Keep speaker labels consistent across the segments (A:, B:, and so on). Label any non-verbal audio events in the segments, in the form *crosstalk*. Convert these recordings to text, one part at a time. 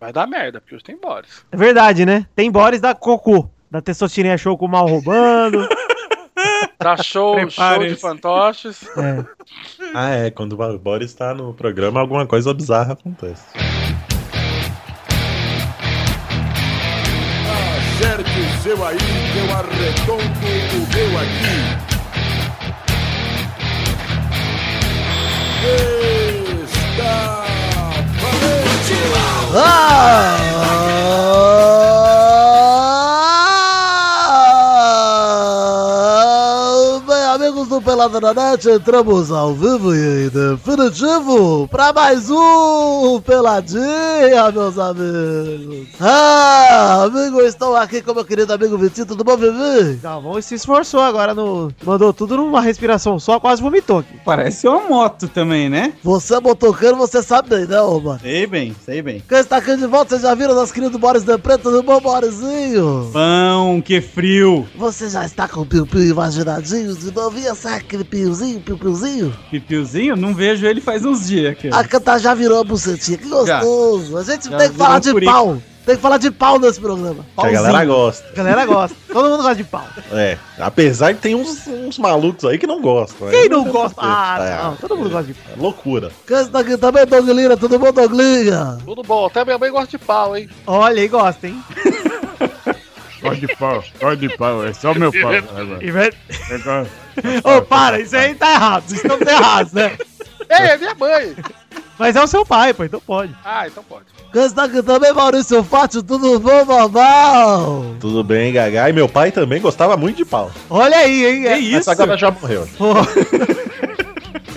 A: Vai dar merda, porque hoje tem Boris.
B: É verdade, né? Tem Boris da Cocô, da Testosterinha Show com o mal roubando.
A: Tá show, show de
C: Preparem-se.
A: fantoches.
B: *laughs* é.
D: Ah, é. Quando o Boris tá no programa, alguma coisa bizarra acontece.
E: Acerte o seu aí, que eu arredondo o meu aqui. Está valente!
F: Ah! Bem, amigos do Pelada na Net, entramos ao vivo e em definitivo para mais um Peladinha, meus amigos. Ah, amigo, estou aqui com meu querido amigo Vitinho, tudo bom, Vivi?
B: Galvão se esforçou agora no. Mandou tudo numa respiração só, quase vomitou aqui.
C: Parece uma moto também, né?
F: Você é motoqueiro, você sabe bem, né, ô, mano?
C: Sei bem, sei bem.
F: Quem está aqui de volta, vocês já viram nosso querido Boris de Preto, tudo bom, Borizinho?
C: Pão, que frio!
F: Você já está com o piu-piu imaginadinho de novinha? Sabe aquele piuzinho, piu-piuzinho?
C: Pipiozinho, não vejo ele faz uns dias aqui. ó.
B: Ah.
F: A cantar já virou a bucetinha, que gostoso. A gente
C: Já
F: tem que
C: virou
F: falar
C: um
F: de
C: curico.
F: pau. Tem que falar de pau nesse programa.
D: Que a
F: Pauzinho.
D: galera gosta.
B: A galera gosta. Todo mundo gosta de pau.
D: É. Apesar que tem uns, uns malucos aí que não gostam. né?
B: Quem não gosta?
D: É,
B: Ah, não. Todo mundo gosta de pau.
D: é Loucura.
F: Quem está aqui também, Doglina? Tudo bom, Doglina?
A: Tudo bom, até minha mãe gosta de pau, hein?
B: Olha aí, gosta, hein?
G: Pode de pau, pode de pau, é só meu pau.
B: E vai- Ô, para, isso aí tá errado. Estamos errados, né?
A: Ei, é minha mãe!
B: Mas é o seu pai, pô, então pode.
A: Ah, então pode.
F: Quem está aqui também, Maurício Fátio? Tudo bom, Bobal?
D: Tudo bem, Gagá. E meu pai também gostava muito de pau.
B: Olha aí, hein? É-
D: Mas agora já morreu.
B: Pô.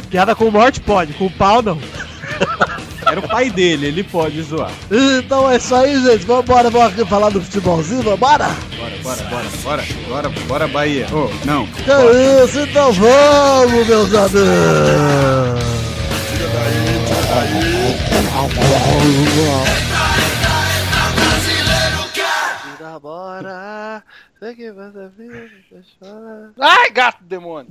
B: Piada com morte pode, com pau não.
C: Era o pai dele, ele pode zoar.
F: Então é isso aí, gente. Vambora, vamos aqui falar do futebolzinho, vambora?
C: Bora, bora, bora, bora, bora, bora, Bahia. Ô, não.
F: Que isso, então vamos, meus amigos!
A: Tira bora. sei que você vive, você chora. Ai, gato do demônio!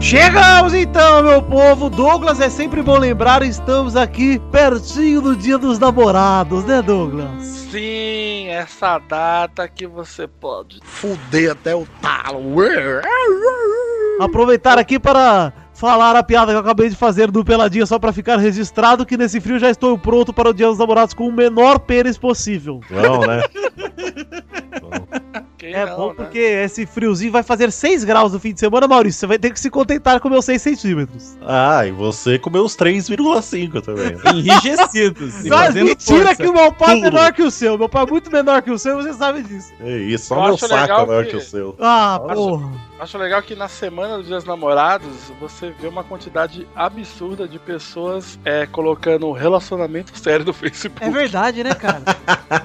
B: Chegamos então, meu povo. Douglas, é sempre bom lembrar, estamos aqui pertinho do dia dos namorados, né, Douglas?
A: Sim, essa data que você pode.
E: Fudei até o talo.
B: Aproveitar aqui para falar a piada que eu acabei de fazer do Peladinha só para ficar registrado que nesse frio já estou pronto para o dia dos namorados com o menor pênis possível.
D: Não, né?
A: Quem
B: É
A: não,
B: bom
A: né?
B: porque esse friozinho vai fazer 6 graus no fim de semana, Maurício. Você vai ter que se contentar com meus 6 centímetros.
D: Ah, e você comeu os 3,5 também. né?
C: Enrijecidos. e
B: Sabe,
C: fazendo
B: mentira
C: força.
B: que o meu pai é
D: Tudo.
B: menor que o seu. Meu pai é muito menor que o seu, você sabe disso.
D: É isso,
A: Eu
D: só meu
A: acho
D: saco
A: legal
D: é maior
A: que-
D: que... o seu.
B: Ah,
D: Nossa.
B: porra.
A: Acho legal que na semana dos dias namorados você vê uma quantidade absurda de pessoas é, colocando um relacionamento sério no Facebook.
B: É verdade, né,
C: *laughs*
B: cara?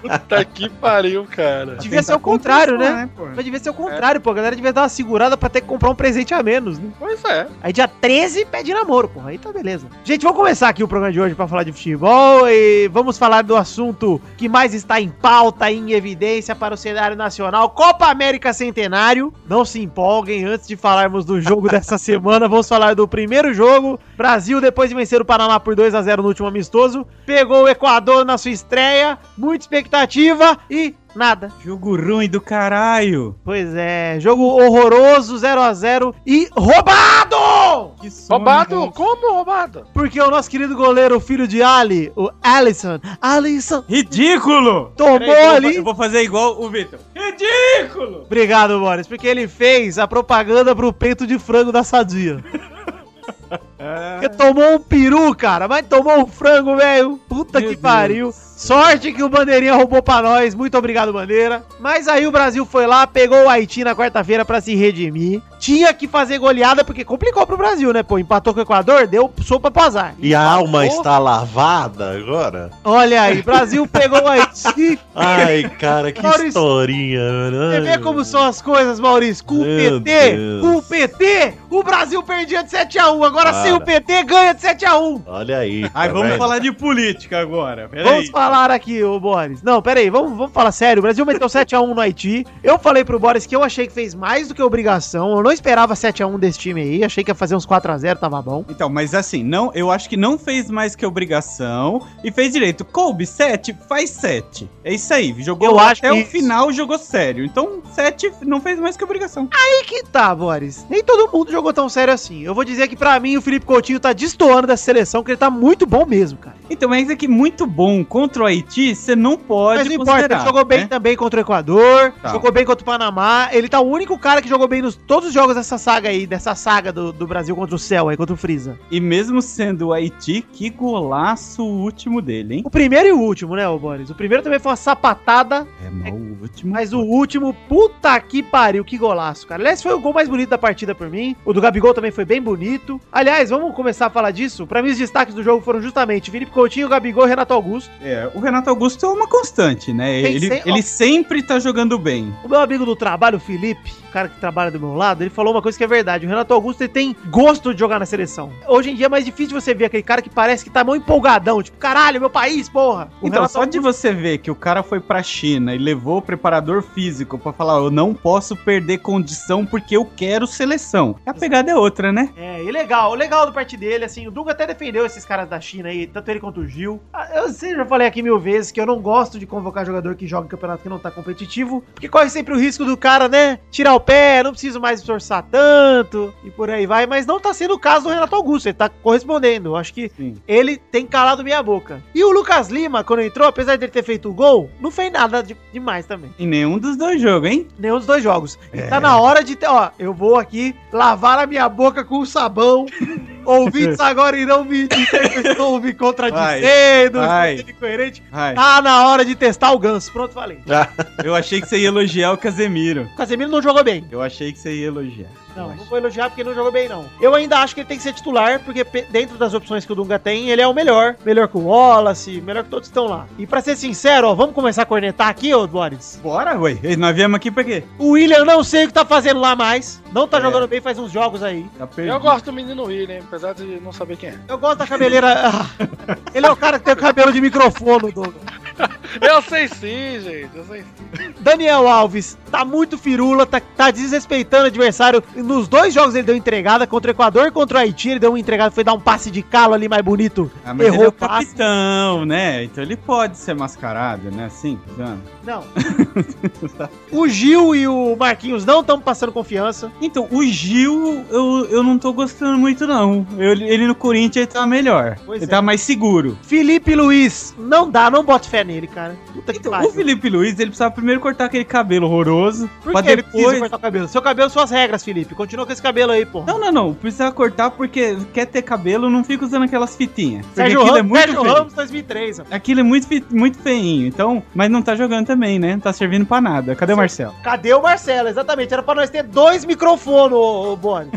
A: Puta que pariu, cara.
B: devia ser o contrário, né? Mas devia ser o contrário, pô. A galera devia dar uma segurada pra ter que comprar um presente a menos, né?
A: Pois é.
B: Aí dia 13 pede namoro, porra. Aí tá beleza. Gente, vamos começar aqui o programa de hoje pra falar de futebol e vamos falar do assunto que mais está em pauta, em evidência para o cenário nacional. Copa América Centenário. Não se empolguem, antes de falarmos do jogo dessa semana, vamos falar do primeiro jogo. Brasil, depois de vencer o Panamá por 2 a 0 no último amistoso, pegou o Equador na sua estreia, muita expectativa e nada.
C: Jogo ruim do caralho.
B: Pois é, jogo horroroso, 0 a 0 e roubado!
C: Que né? sono,
A: Roubado?
C: nossa.
A: Como roubado?
B: Porque o nosso querido goleiro, o filho de Ali, o Alisson, Alisson
C: Ridículo!
B: tomou
C: Peraí, eu vou fa-
B: ali.
C: Eu vou fazer igual o Vitor. Ridículo!
B: Obrigado, Boris, porque ele fez a propaganda pro peito de frango
C: *laughs*
B: da Sadia. Porque tomou um peru, cara, mas tomou um frango, velho. Puta
C: Meu
B: que
C: Deus.
B: pariu. Sorte que o Bandeirinha roubou pra nós. Muito obrigado, Bandeira. Mas aí o Brasil foi lá, pegou o Haiti na quarta-feira pra se redimir. Tinha que fazer goleada, porque complicou pro Brasil, né? Pô, empatou com o Equador, deu sopa pro azar.
D: E a alma
B: Empatou.
D: está lavada agora?
B: Olha aí, Brasil pegou o
D: *laughs*
B: Haiti.
D: Ai, cara, que
B: Maurício,
D: historinha. né?
B: Você vê como são as coisas, Maurício. Com o
D: Meu
B: PT,
D: Deus.
B: com o PT, o Brasil perdia de 7x1. Agora
D: Para.
B: sem o PT, ganha de 7x1.
D: Olha aí.
C: Aí
D: tá
C: vamos
D: vendo?
C: falar de
H: política agora.
B: Vamos
H: Peraí.
B: falar aqui, ô Boris. Não, peraí, vamos, vamos falar sério. O Brasil meteu 7x1 no Haiti. Eu falei pro Boris que eu achei que fez mais do que obrigação. Eu não esperava 7x1 desse time aí. Achei que ia fazer uns 4x0, tava bom.
H: Então, mas assim, não, eu acho que não fez mais que obrigação e fez direito. Coube 7, faz 7. É isso aí, jogou
B: Eu acho
H: até
B: que
H: o
B: isso.
H: final, jogou sério. Então, 7 não fez mais que obrigação.
B: E que tá, Boris? Nem todo mundo jogou tão sério assim. Eu vou dizer que pra mim o Felipe Coutinho tá destoando dessa seleção, que ele tá muito bom mesmo, cara.
H: Então, mas é que muito bom contra o Haiti, você não pode
B: Mas não importa, ele
H: considerar,
B: jogou bem
H: né?
B: também contra o Equador,
H: Tá.
B: jogou bem contra o Panamá. Ele tá o único cara que jogou bem nos todos os jogos dessa saga aí, dessa saga do, do Brasil contra o Céu aí, contra o Freeza.
H: E mesmo sendo o Haiti, que golaço o último dele, hein?
B: O primeiro e o último, né, ô Boris? O primeiro também foi uma sapatada,
H: É, mal o último.
B: mas o último, puta que pariu, que golaço, cara. Aliás, foi o gol mais bonito da partida por mim. O do Gabigol também foi bem bonito. Aliás, vamos começar a falar disso? Pra mim, os destaques do jogo foram justamente Felipe Coutinho, Gabigol e Renato Augusto.
H: É, o Renato Augusto é uma constante, né?
B: Tem
H: Ele,
B: cem- ó.
H: ele sempre tá jogando bem.
B: O meu amigo do trabalho, o Felipe, o cara que trabalha do meu lado, ele falou uma coisa que é verdade. O Renato Augusto ele tem gosto de jogar na seleção. Hoje em dia é mais difícil você ver aquele cara que parece que tá mó empolgadão, tipo, caralho, meu país, porra. O
H: Então,
B: Renato
H: só de
B: Augusto-
H: você ver que o cara foi pra China e levou o preparador físico pra falar, eu não posso perder condição porque eu quero seleção. A pegada é outra, né?
B: É, e legal, o legal do parte dele, assim, o Dunga até defendeu esses caras da China aí, tanto ele quanto o Gil. Ah, Eu sei, já falei aqui mil vezes que eu não gosto de convocar jogador que joga em campeonato que não tá competitivo, porque corre sempre o risco do cara, né, tirar o pé, não preciso mais esforçar tanto, e por aí vai, mas não tá sendo o caso do Renato Augusto, ele tá correspondendo, eu acho que
H: Sim.
B: ele tem calado minha boca. E o Lucas Lima, quando entrou, apesar dele ter feito o gol, não fez nada de- demais também.
H: Em nenhum dos dois jogos, hein?
B: Nenhum dos dois jogos. E
H: É.
B: tá na hora de ter. Ó, eu vou aqui lavar a minha boca com
H: *laughs*
B: sabão. Ouvintes agora irão me, irão me contradizendo,
H: Vai, vai.
B: sendo incoerente. *laughs*
H: Ai,
B: Tá na hora de testar o ganso. Pronto, falei.
H: eu achei que você ia elogiar o Casemiro.
B: O Casemiro não jogou bem.
H: Eu achei que você ia elogiar.
B: Não,
H: Eu
B: não vou elogiar porque ele não jogou bem, não. Eu ainda acho que ele tem que ser titular, porque pe- dentro das opções que o Dunga tem, ele é o melhor. Melhor que o Wallace, melhor que todos que estão lá. E pra ser sincero, ó, vamos começar a cornetar aqui, ô Boris.
H: Bora, ué. Nós viemos aqui pra quê?
B: O William, eu não sei o que tá fazendo lá mais. Não tá
H: É.
B: jogando bem, faz uns jogos aí.
H: Tá perdido.
A: Eu gosto do menino William, apesar de não saber quem é.
B: Eu gosto da cabeleira. *laughs* Ah, ele é o cara que tem o cabelo de microfone, Douglas.
A: Eu sei sim, gente. Eu sei sim.
B: Daniel Alves tá muito firula, tá, tá desrespeitando o adversário. Nos dois jogos ele deu entregada, contra o Equador e contra o Haiti, ele deu uma entregada, foi dar um passe de calo ali mais bonito.
H: Ah, mas
B: Errou
H: ele é
B: o
H: o
B: passe.
H: capitão, né? Então ele pode ser mascarado, né? Assim, tá?
B: Não. o Gil e o Marquinhos não estão passando confiança.
H: Então, o Gil, eu, eu não tô gostando muito, não. Eu- ele no Corinthians ele tá melhor.
B: Pois
H: ele
B: é.
H: tá mais seguro.
B: Felipe Luiz, não dá, não bota fé nele, cara. Puta que pariu.
H: Então, o Felipe Luiz, ele precisava primeiro cortar aquele cabelo horroroso.
B: Por
H: pra
B: que ele
H: depois.
B: precisa cortar o cabelo? Seu cabelo, suas regras, Felipe. Continua com esse cabelo aí, porra.
H: Não, não, não. Precisa cortar porque quer ter cabelo, não fica usando aquelas fitinhas. Porque
B: Sérgio,
H: aquilo
B: Ramos,
H: é muito
B: Sérgio
H: feio.
B: Ramos 2003, ó.
H: Aquilo é muito, fe- muito feinho. Então, mas não tá jogando também, né? Não tá servindo pra nada. Cadê o Marcelo?
B: Cadê o Marcelo? Exatamente, era pra nós ter dois microfones, ô, ô Boni.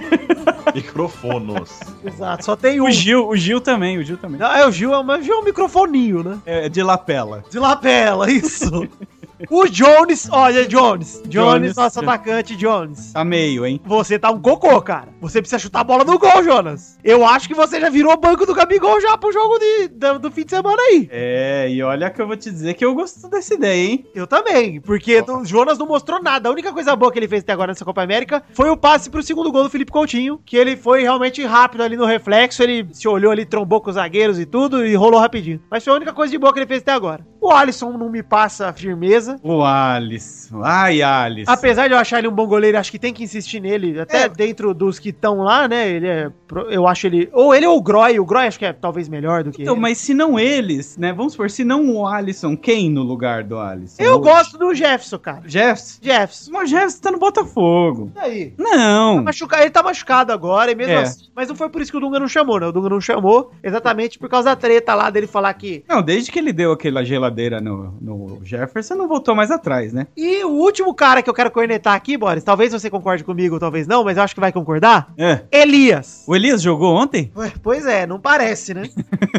D: Microfonos.
B: Exato, só tem um.
H: O Gil, o Gil também, o Gil também.
B: Não, é o Gil, é o Gil é um microfoninho, né?
H: É de lapela.
B: De lapela, *laughs* isso. o Jones, olha, Jones. Jones,
H: Jones. é.
B: nosso atacante, Jones.
H: Tá meio, hein?
B: Você tá um cocô, cara. Você precisa chutar a bola no gol, Jonas. Eu acho que você já virou banco do Gabigol já pro jogo de, da- do, fim de semana aí.
H: É, e olha que eu vou te dizer que eu gosto dessa ideia, hein?
B: Eu também, porque o Jonas não mostrou nada. A única coisa boa que ele fez até agora nessa Copa América foi o passe pro segundo gol do Felipe Coutinho, que ele foi realmente rápido ali no reflexo. Ele se olhou ali, trombou com os zagueiros e tudo e rolou rapidinho. Mas foi a única coisa de boa que ele fez até agora. O Alisson não me passa firmeza.
H: O Alisson. Ai, Alisson.
B: Apesar de eu achar ele um bom goleiro, acho que tem que insistir nele. Até
H: É.
B: dentro dos que estão lá, né? Ele é. pro- Eu acho ele. Ou ele ou o Groy. O Groy acho que é talvez melhor do que
H: Então,
B: ele.
H: mas se não eles, né? Vamos supor, se não o Alisson, quem no lugar do Alisson?
B: Eu
H: O
B: gosto do Jefferson, cara.
H: Jefferson?
B: Jefferson.
H: Mas o Jefferson tá no Botafogo.
B: E aí?
H: Não.
B: Machuca... Ele tá machucado agora, e mesmo
H: Hum. É.
B: assim. Mas não foi por isso que o Dunga não chamou, né? O Dunga não chamou exatamente por causa da treta lá dele falar que.
H: Não, desde que ele deu aquela voadeira no, no Jefferson, não voltou mais atrás, né?
B: E o último cara que eu quero cornetar aqui, Boris, talvez você concorde comigo, talvez não, mas eu acho que vai concordar.
H: É.
B: Elias.
H: O Elias jogou ontem?
B: Ué, Pois é, não parece, né?
H: *laughs*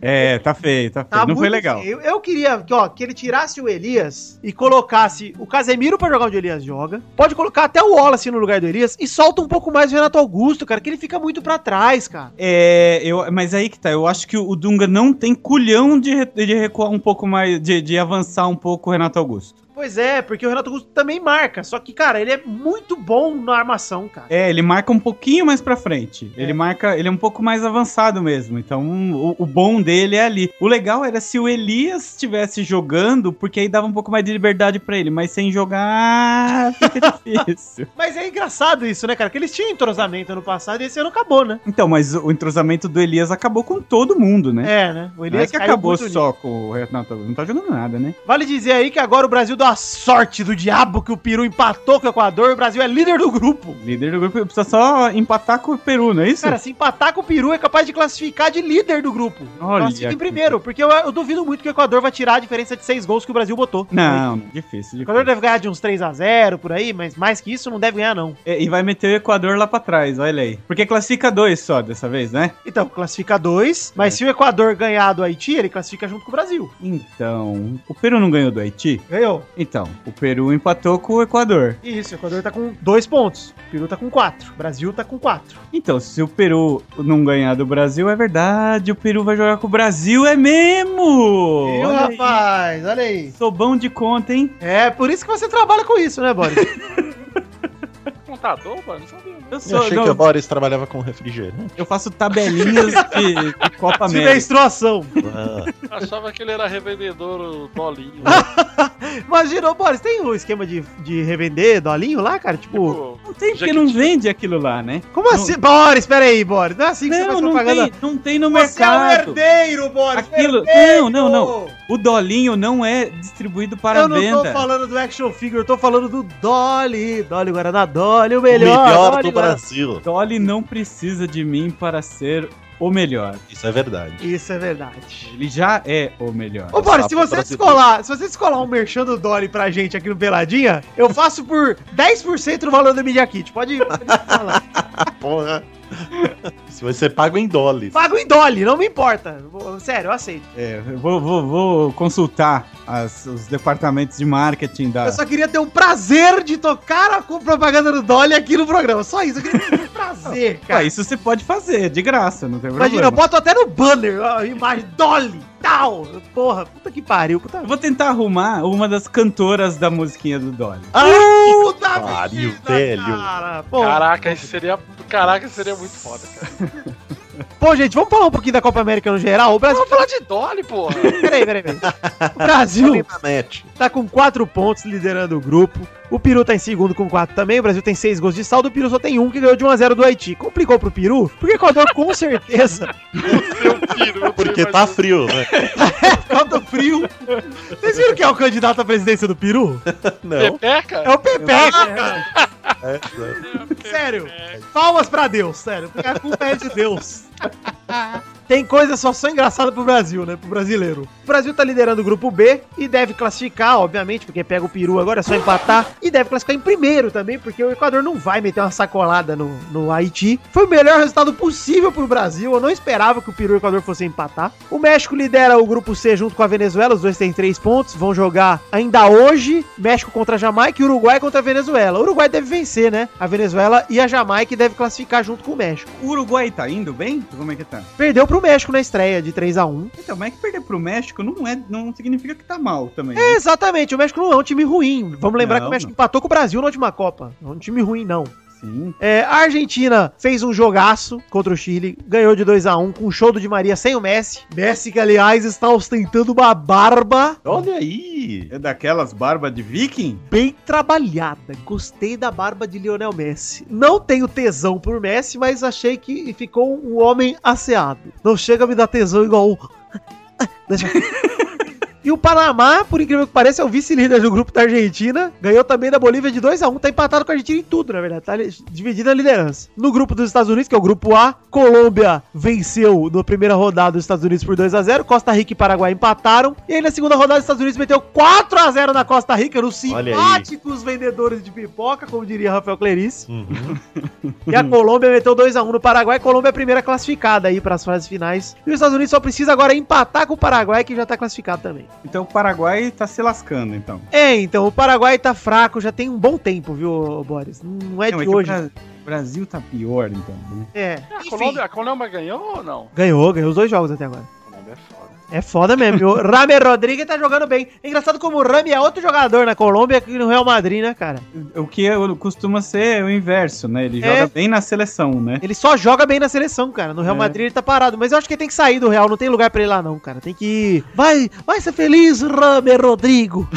H: É, tá feio, tá feio.
B: Tá
H: não foi
B: muito
H: legal.
B: feio. Eu queria que, ó, que ele tirasse o Elias e colocasse o Casemiro pra jogar onde o Elias joga. Pode colocar até o Wallace no lugar do Elias e solta um pouco mais o Renato Augusto, cara, que ele fica muito pra trás, cara.
H: É, eu, mas aí que tá, eu acho que o Dunga não tem culhão de, re- de recuar um pouco mais, de, de avançar um pouco o Renato Augusto.
B: Pois é, porque o Renato Augusto também marca, só que, cara, ele é muito bom na armação, cara.
H: É, ele marca um pouquinho mais pra frente. Ele marca, ele é um pouco mais avançado mesmo. Então, o, o bom dele é ali. O legal era se o Elias estivesse jogando, porque aí dava um pouco mais de liberdade pra ele, mas sem jogar *laughs* fica difícil.
B: Mas é engraçado isso, né, cara? Que eles tinham entrosamento ano passado e esse ano acabou, né?
H: Então, mas o entrosamento do Elias acabou com todo mundo, né?
B: É, né? O
H: Não é que
B: caiu
H: acabou
B: muito
H: só com o Renato Augusto. Não tá jogando nada, né?
B: Vale dizer aí que agora o Brasil deu a sorte do diabo que o Peru empatou com o Equador e o Brasil é líder do grupo.
H: Líder do grupo precisa só empatar com o Peru, não é isso?
B: Cara, se empatar com o Peru é capaz de classificar de líder do grupo.
H: Olha
B: Classifica em
H: aqui.
B: primeiro, porque eu, eu duvido muito que o Equador vai tirar a diferença de seis gols que o Brasil botou.
H: Não, difícil.
B: O Equador
H: difícil.
B: deve ganhar de uns 3 a 0 por aí, mas mais que isso não deve ganhar, não.
H: E e vai meter o Equador lá pra trás, olha aí. Porque classifica dois só dessa vez, né?
B: Então, classifica dois,
H: É.
B: mas se o Equador ganhar do Haiti, ele classifica junto com o Brasil.
H: Então, o Peru não ganhou do Haiti?
B: Ganhou.
H: Então, o Peru empatou com o Equador.
B: Isso, o Equador tá com dois pontos. O Peru tá com quatro. O Brasil tá com quatro.
H: Então, se o Peru não ganhar do Brasil, é verdade. O Peru vai jogar com o Brasil, é mesmo!
B: Viu,
H: Olha aí.
B: rapaz? Olha aí.
H: Sou bom de conta, hein?
B: É, por isso que você trabalha com isso, né, Boris?
A: Contador, mano? Não sabia, não.
H: Eu
D: Eu
H: sou.
D: achei
H: não,
D: que o Boris trabalhava com refrigerante.
H: Eu
B: *laughs*
H: faço tabelinhas de, de Copa
B: De
H: América.
B: *laughs* menstruação.
A: *laughs*
D: Ah,
A: Achava que ele era revendedor o *laughs* dolinho.
B: Imagina, ô, Boris, tem um esquema de, de revender dolinho lá, cara? Tipo,
A: Tipo,
H: Não tem porque não vende aquilo lá, né?
B: como assim? Boris, peraí, Boris. Não é assim que você
H: Não,
B: faz
H: não
B: propaganda.
H: tem, não tem no
B: Você é um
H: mercado.
B: herdeiro, Boris.
H: Aquilo-
B: herdeiro.
H: não, não, não. O dolinho não é distribuído para
B: eu não tô
H: venda.
B: falando do action figure, eu tô falando do Dolly. Dolly Guaraná, Dolly, o
D: o
B: melhor.
D: melhor
B: Dolly
D: do
B: Guaraná.
D: Brasil.
H: Dolly não precisa de mim para ser o melhor.
D: Isso é verdade.
B: Isso é verdade.
H: Ele já é o melhor.
B: Ô, Boris, se
D: Sapo
B: você
D: brasileiro.
B: descolar, se você descolar um merchan do Dolly pra gente aqui no Peladinha, eu faço por 10% do valor do Media Kit. Pode, pode *laughs* falar.
D: Porra. Se você paga em dólares.
B: Pago em Dolly, não me importa. Vou- Sério, eu aceito.
H: É, eu vou, vou- vou consultar as- os departamentos de marketing da.
B: Eu só queria ter o prazer de tocar a co- propaganda do Dolly aqui no programa. Só isso, eu queria ter o prazer,
H: Ah,
B: cara.
H: isso você pode fazer, de graça, não tem
B: Imagina, eu
H: problema.
B: boto até no banner ó, a imagem Dolly, tal. Porra, puta que pariu, puta
H: Eu vou tentar arrumar uma das cantoras da musiquinha do Dolly.
B: Puta
D: pariu,
B: medida,
D: velho.
B: Cara. Pô,
A: caraca, isso seria. Caraca, isso seria muito foda, cara.
B: pô, gente, vamos falar um pouquinho da Copa América no geral. O Brasil.
A: Vamos falar de Dolly, *laughs* porra.
B: Peraí, peraí, peraí. O Brasil tá com quatro pontos liderando o grupo. O Peru tá em segundo com quatro também. O Brasil tem seis gols de saldo. O Peru só tem um que ganhou de 1x0 do Haiti. Complicou pro Peru, porque o Equador *laughs* com certeza
A: Seu peru,
D: Porque
A: você
D: tá
A: imagina-
D: frio, né?
B: por causa do frio. Vocês viram quem é o candidato à presidência do
A: um.
B: Peru?
D: Não.
A: Pepeca?
B: É o Pepeca, cara.
D: É, não.
B: Sério, palmas pra Deus, sério. porque A culpa é de Deus. Tem coisa só só engraçada pro Brasil, né? Pro brasileiro. O Brasil tá liderando o grupo B e deve classificar, obviamente, porque pega o Peru agora, é só empatar. E deve classificar em primeiro também, porque o Equador não vai meter uma sacolada no, no Haiti. Foi o melhor resultado possível pro Brasil. Eu não esperava que o Peru e o Equador fossem empatar. O México lidera o grupo C junto com a Venezuela, os dois têm três pontos. Vão jogar ainda hoje México contra a Jamaica e Uruguai contra a Venezuela. O Uruguai deve vencer, né? A Venezuela e a Jamaica deve classificar junto com o México.
H: O Uruguai tá indo bem? Como é que tá?
B: Perdeu pro México na estreia de 3 a 1
H: Então, mas é que perder pro México não, é, não significa que tá mal também. né?
B: Exatamente, o México não é um time ruim. Vamos lembrar
H: Não,
B: que o México
H: não.
B: empatou com o Brasil na última Copa. Não é um time ruim, não.
H: Sim.
B: É, a Argentina fez um jogaço contra o Chile, ganhou de 2 a 1 com o show do Di Maria sem o Messi. Messi, que aliás está ostentando uma barba
D: Olha aí.
H: É daquelas barbas de viking?
B: bem trabalhada. Gostei da barba de Lionel Messi. Não tenho tesão por Messi, mas achei que ficou um homem asseado. Não chega a me dar tesão igual. o- Deixa. *laughs* E o Panamá, por incrível que pareça, é o vice-líder do grupo da Argentina. Ganhou também da Bolívia de 2x1. Tá empatado com a Argentina em tudo, na verdade. Tá li- dividido a liderança. No grupo dos Estados Unidos, que é o grupo A, Colômbia venceu na primeira rodada dos Estados Unidos por 2x0. Costa Rica e Paraguai empataram. E aí na segunda rodada dos Estados Unidos meteu 4x0 na Costa Rica, nos
D: Olha aí.
B: simpáticos vendedores de pipoca, como diria Rafael Clarice.
D: Uhum.
B: E a Colômbia meteu 2x1 no Paraguai. Colômbia é a primeira classificada aí para as fases finais. E os Estados Unidos só precisa agora empatar com o Paraguai, que já tá classificado também.
H: Então o Paraguai tá se lascando, então.
B: É, então, o Paraguai tá fraco já tem um bom tempo, viu, Boris? Não é
H: Não,
B: de
H: é que o
B: hoje.
H: Bra- O Brasil tá pior, então. né?
B: É.
A: A
B: Enfim,
A: Colômbia, a Colômbia ganhou ou não?
B: Ganhou, ganhou os dois jogos até agora.
A: A Colômbia é foda.
B: É foda mesmo.
H: *laughs*
B: E o Rame Rodrigues tá jogando bem. É engraçado como o Rame é outro jogador na Colômbia que no Real Madrid, né, cara?
H: O que eu- costuma ser o inverso, né? Ele
B: É.
H: joga bem na seleção, né?
B: Ele só joga bem na seleção, cara. No Real
H: É.
B: Madrid ele tá parado. Mas eu acho que ele tem que sair do Real. Não tem lugar pra ele lá, não, cara. Tem que ir. Vai, vai ser feliz, Rame Rodrigo.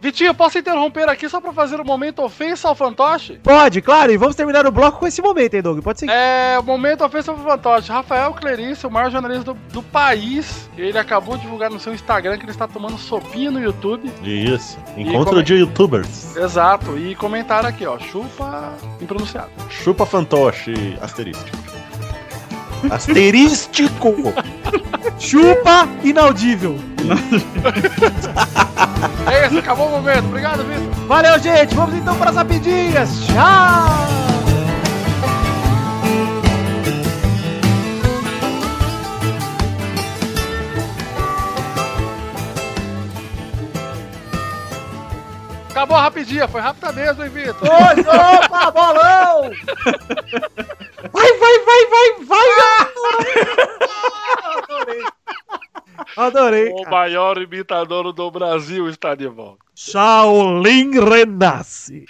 A: Vitinho, eu posso interromper aqui só pra fazer um momento ofensa ao fantoche?
B: Pode, claro. E vamos terminar o bloco com esse momento, hein, Doug? Pode seguir.
A: É, o momento ofensa ao fantoche. Rafael Clerice, o maior jornalista do, do país, ele acabou de divulgar no seu Instagram que ele está tomando sopinha no YouTube.
D: Isso.
A: como é?
D: Encontro de youtubers.
A: Exato. E comentaram aqui, ó. Chupa impronunciado.
D: Chupa fantoche. Asterístico. Asterístico!
B: Chupa, inaudível.
A: É isso, acabou o momento. Obrigado, Vitor.
B: Valeu, gente. Vamos então para as rapidinhas. Tchau.
A: Acabou rapidinho, foi rápida mesmo, hein, Vitor?
B: Dois, opa, bolão! Vai, vai, vai, vai, vai! Adorei.
A: O
B: Adorei.
A: maior imitador do Brasil está de volta.
B: Shaolin renasce.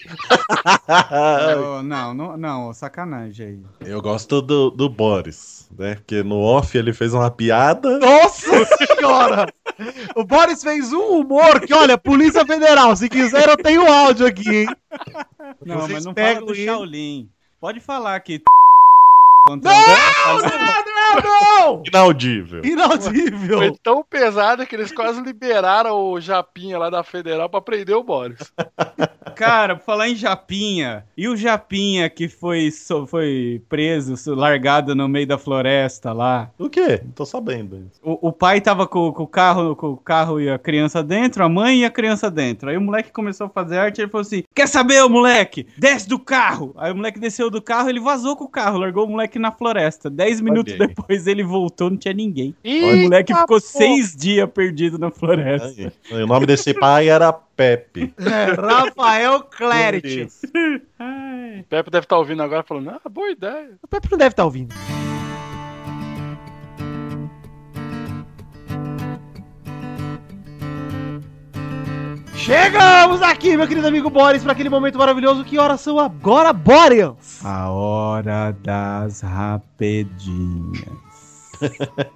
B: Ah,
H: Ô, não, não, não, sacanagem aí.
D: Eu gosto do, do Boris, né? Porque no off ele fez uma piada.
B: Nossa senhora! O Boris fez um humor que, olha, Polícia Federal, se quiser eu tenho áudio aqui, hein?
H: Não,
B: Vocês
H: mas não fala
B: pegam
H: do
B: ele.
H: Shaolin. Pode falar que.
B: Não, não, não, não!
D: Inaudível.
A: Foi
B: Inaudível.
A: tão pesado que eles quase liberaram o Japinha lá da Federal pra prender o Boris.
H: Cara, pra falar em Japinha. E o Japinha que foi, so- foi preso, so- largado no meio da floresta lá?
D: O quê? Não tô sabendo.
H: O, o pai tava com, com o carro, com o carro e a criança dentro, a mãe e a criança dentro. Aí o moleque começou a fazer arte, ele falou assim: "Quer saber, ô moleque? Desce do carro". Aí o moleque desceu do carro, ele vazou com o carro, largou o moleque na floresta. Dez minutos
D: aí.
H: depois ele voltou, não tinha ninguém. o
A: Ih,
H: moleque
A: tá
H: ficou
A: bom.
H: seis dias perdido na floresta.
D: Ai, O nome desse pai era Pepe.
B: É, Rafael Clerit.
D: Isso.
A: O Pepe deve estar ouvindo agora falando, ah, boa ideia.
B: O Pepe não deve estar ouvindo. Chegamos aqui, meu querido amigo Boris, para aquele momento maravilhoso. Que horas são agora, Boris?
H: A hora das rapidinhas.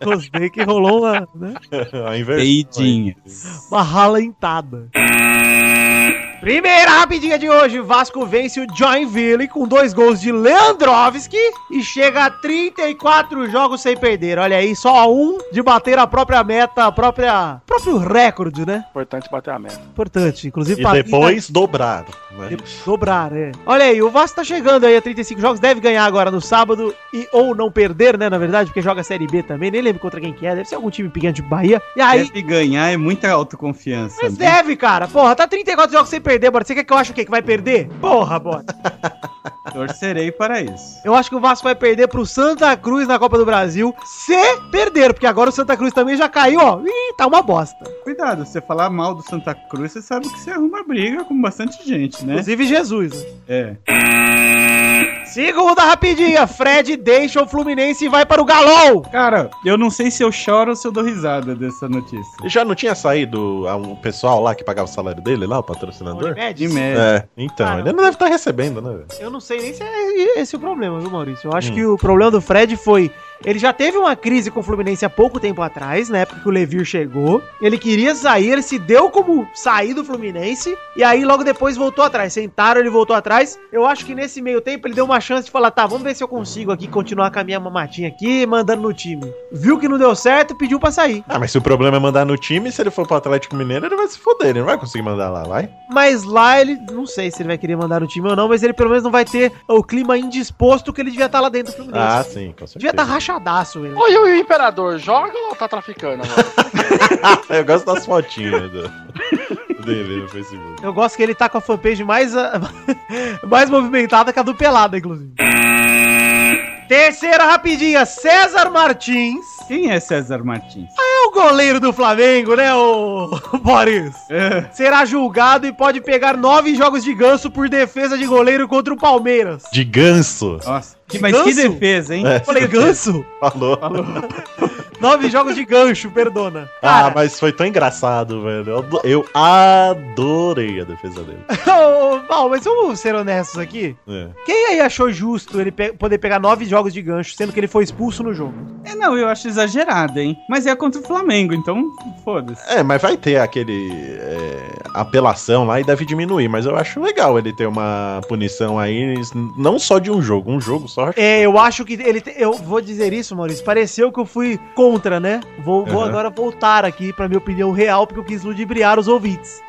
B: Gostei que rolou uma, né,
D: *laughs* A inversão.
H: Peidinhas.
B: uma ralentada. Primeira rapidinha de hoje, Vasco vence o Joinville com dois gols de Leandrovski e chega a 34 jogos sem perder. Olha aí, só um de bater a própria meta, a própria próprio recorde, né?
A: Importante bater a meta.
B: Importante, inclusive
D: E
B: pra-
D: depois dobraram. né?
B: e Dobrar, é. Olha aí, o Vasco tá chegando aí a 35 jogos, deve ganhar agora no sábado e ou não perder, né, na verdade, porque joga Série B também, nem lembro contra quem que é, deve ser algum time pequeno de Bahia. E aí,
H: Deve ganhar é muita autoconfiança.
B: mas
H: né?
B: deve, cara. Porra, tá 34 jogos sem perder, bora. Você quer que eu ache o quê? Que vai perder? Porra, bora.
H: Torcerei para isso.
B: Eu acho que o Vasco vai perder pro Santa Cruz na Copa do Brasil se perder, porque agora o Santa Cruz também já caiu, ó. Ih, tá uma bosta.
H: Né? Cuidado, se você falar mal do Santa Cruz, você sabe que você arruma briga com bastante gente, né?
B: Inclusive Jesus, né?
H: É.
B: Segunda rapidinha. Fred deixa o Fluminense e vai para o Galol.
H: Cara, eu não sei se eu choro ou se eu dou risada dessa notícia.
D: E já não tinha saído a- o pessoal lá que pagava o salário dele, lá, o patrocinador?
B: Unimed?
H: De merda.
D: É, então,
B: Ah, não.
D: ele não deve estar recebendo, né, velho?
B: Eu não sei nem se é esse o problema, viu, Maurício? Eu acho
D: Hum.
B: que o problema do Fred foi Ele já teve uma crise com o Fluminense há pouco tempo atrás, na época que o Levir chegou. Ele queria sair, ele se deu como sair do Fluminense. E aí logo depois voltou atrás. Sentaram, ele voltou atrás. Eu acho que nesse meio tempo ele deu uma chance de falar: tá, vamos ver se eu consigo aqui continuar com a minha mamadinha aqui, mandando no time. Viu que não deu certo, pediu pra sair.
D: Ah, mas se o problema é mandar no time, se ele for pro Atlético Mineiro, ele vai se foder, ele não vai conseguir mandar lá, vai?
B: Mas lá ele, não sei se ele vai querer mandar no time ou não, mas ele pelo menos não vai ter o clima indisposto que ele devia estar lá dentro do Fluminense.
D: Ah, sim, com certeza.
B: devia estar rachadaço ele.
A: Oi, o imperador, joga ou tá traficando agora? *laughs*
D: Eu gosto das fotinhas do... *laughs* dele no Facebook.
B: Eu gosto que ele tá com a fanpage mais, ah, *laughs* mais movimentada que a do Pelada, inclusive. Terceira rapidinha, César Martins.
H: Quem é César Martins?
B: É o goleiro do Flamengo, né, o *laughs* Boris?
H: É.
B: Será julgado e pode pegar nove jogos de ganso por defesa de goleiro contra o Palmeiras.
D: De ganso,
H: Nossa, que, mas que
B: ganso?
H: defesa, hein?
D: É.
B: Eu Falei, ganso?
D: falou.
B: Nove jogos de gancho, perdona.
D: Ah,
B: Cara,
D: mas foi tão engraçado, velho. Eu ado- Eu adorei a defesa dele.
B: *laughs* ô, Val, mas vamos ser honestos aqui.
D: É.
B: Quem aí achou justo ele pe- poder pegar nove jogos de gancho, sendo que ele foi expulso no jogo?
H: É, não, eu acho exagerado, hein? Mas é contra o Flamengo, então foda-se.
D: É, mas vai ter aquele é, apelação lá e deve diminuir. Mas eu acho legal ele ter uma punição aí, não só de um jogo, um jogo só. acho-
B: É, eu acho que ele. te- Eu vou dizer isso, Maurício. Pareceu que eu fui contra, né? Vou, vou
D: Aham.
B: agora voltar aqui pra minha opinião real, porque eu quis ludibriar os ouvintes.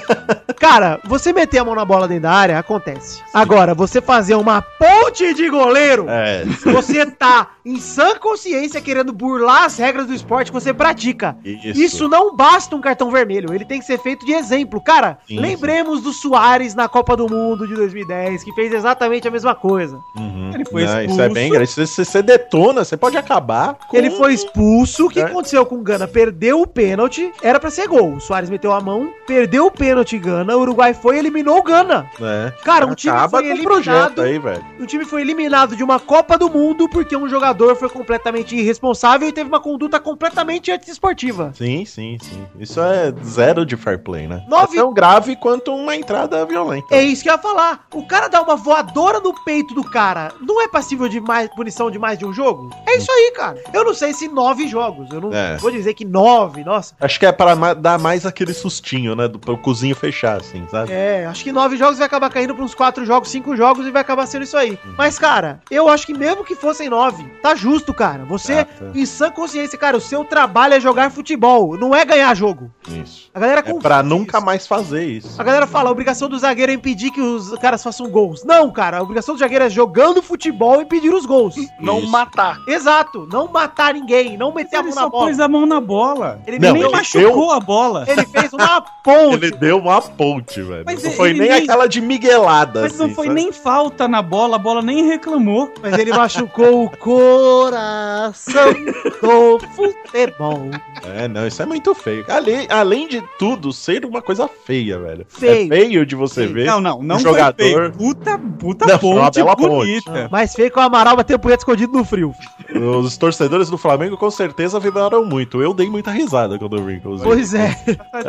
B: *laughs* Cara, você meter a mão na bola dentro da área, acontece. Agora, você fazer uma ponte de goleiro.
D: É,
B: Você tá em sã consciência querendo burlar as regras do esporte que você pratica.
D: isso.
B: Isso. não basta um cartão vermelho, ele tem que ser feito de exemplo. Cara,
D: Sim,
B: lembremos do Soares na Copa do Mundo de 2010, que fez exatamente a mesma coisa.
D: Uhum.
H: Ele foi
D: Não, isso
H: expulso.
D: é bem grave. Se você você detona, você pode acabar com...
B: Ele foi expulso, o que
D: É.
B: aconteceu com o Gana? Perdeu o pênalti, era pra ser gol. O Soares meteu a mão, perdeu o pênalti Gana, o Uruguai foi e eliminou o Gana.
D: né?
B: Cara, um time
D: Acaba
B: foi
D: com o
B: eliminado.
D: projeto aí, velho.
B: O time foi eliminado de uma Copa do Mundo porque um jogador foi completamente irresponsável e teve uma conduta completamente antiesportiva.
D: Sim, sim, sim. Isso é zero de fair play, né?
B: Nove-
D: É tão grave quanto uma entrada violenta.
B: É isso que eu ia falar. O cara dá uma voadora no peito do cara. Não é passível de mais punição de mais de um jogo? É isso aí, cara. Eu não sei se nove jogos. Eu não
D: É.
B: vou dizer que nove, nossa.
D: Acho que é pra ma- dar mais aquele sustinho, né? Do, pro cozinho fechar, assim, sabe?
B: É, acho que nove jogos vai acabar caindo para uns quatro jogos, cinco jogos e vai acabar sendo isso aí.
D: Uhum.
B: Mas, cara, eu acho que mesmo que fossem nove, tá justo, cara. Você,
D: Ah, tá.
B: em sã consciência, cara, o seu trabalho é jogar futebol, não é ganhar jogo.
D: Isso.
B: A galera
D: É
B: confunde
D: pra
B: isso.
D: nunca mais fazer isso.
B: A galera fala, a obrigação do zagueiro é impedir que os caras façam gols. Não, cara, a obrigação do zagueiro é jogando futebol e impedir os
D: *laughs*
B: gols.
A: Não
D: Isso.
A: matar.
B: Exato, não matar ninguém, não meter a
H: Ele
B: mão na
H: só
B: bola.
H: pôs a mão na bola.
B: Ele
D: Não,
B: nem
D: ele-
B: machu-
H: Machucou a bola.
B: ele fez
D: *laughs*
B: uma ponte.
D: Ele deu uma ponte, velho.
H: Mas
D: não
H: ele
D: foi nem
H: nem-
D: aquela de miguelada,
H: Mas não
D: assim,
H: foi
D: sabe?
H: nem falta na bola, a bola nem reclamou.
B: Mas ele machucou o coração do futebol.
D: É, não, isso é muito feio. Além, além de tudo, ser uma coisa feia, velho.
B: Feio.
D: É feio de você ver.
H: Não, não, não
D: o jogador-
H: Puta, puta
D: Não, foi uma
H: ponte
D: bela ponte.
H: bonita.
B: Mas feio que o Amaral bateu o punheta escondido no frio.
D: Os torcedores do Flamengo com certeza vibraram muito. Eu dei muita risada quando eu vi, inclusive.
B: Pois é.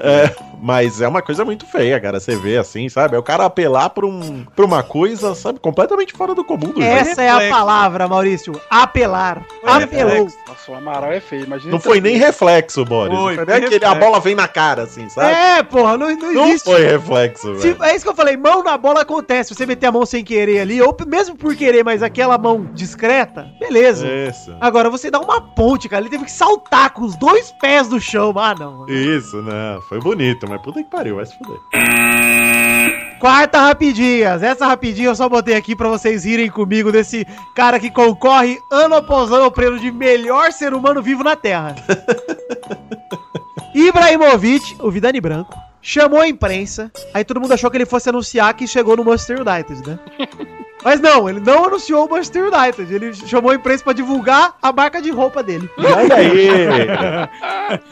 D: É, mas é uma coisa muito feia, cara. Você vê assim, sabe? É o cara apelar pra, um, pra uma coisa, sabe? Completamente fora do comum do jogo.
B: Essa é a
H: reflexo.
B: palavra, Maurício. Apelar.
H: Foi
B: Apelou.
H: reflexo.
A: Nossa, o Amaral é feio, imagina.
D: Não foi nem reflexo, Boris.
H: Foi,
D: Não
H: foi
D: nem aquele, a
H: reflexo.
D: bola vem na cara, assim, sabe?
B: É, porra, não, não
D: não
B: existe.
D: foi reflexo,
B: Se-
D: velho.
B: é isso que eu falei, mão na bola acontece. Você meter a mão sem querer ali, ou p- mesmo por querer, mas aquela mão discreta, beleza.
D: Isso.
B: Agora você dá uma ponte, cara. Ele teve que saltar com os dois pés do chão. Ah, não. mano.
D: Isso, né? Foi bonito, mas puta que pariu, vai se fuder.
B: Quarta rapidinhas. Essa rapidinha eu só botei aqui pra vocês rirem comigo desse cara que concorre ano após ano ao prêmio de melhor ser humano vivo na Terra. Ibrahimovic, o Vidani Branco, chamou a imprensa. Aí todo mundo achou que ele fosse anunciar que chegou no Manchester United, né? Mas não, ele não anunciou o Manchester United. Ele chamou a imprensa pra divulgar a marca de roupa dele.
D: Olha aí!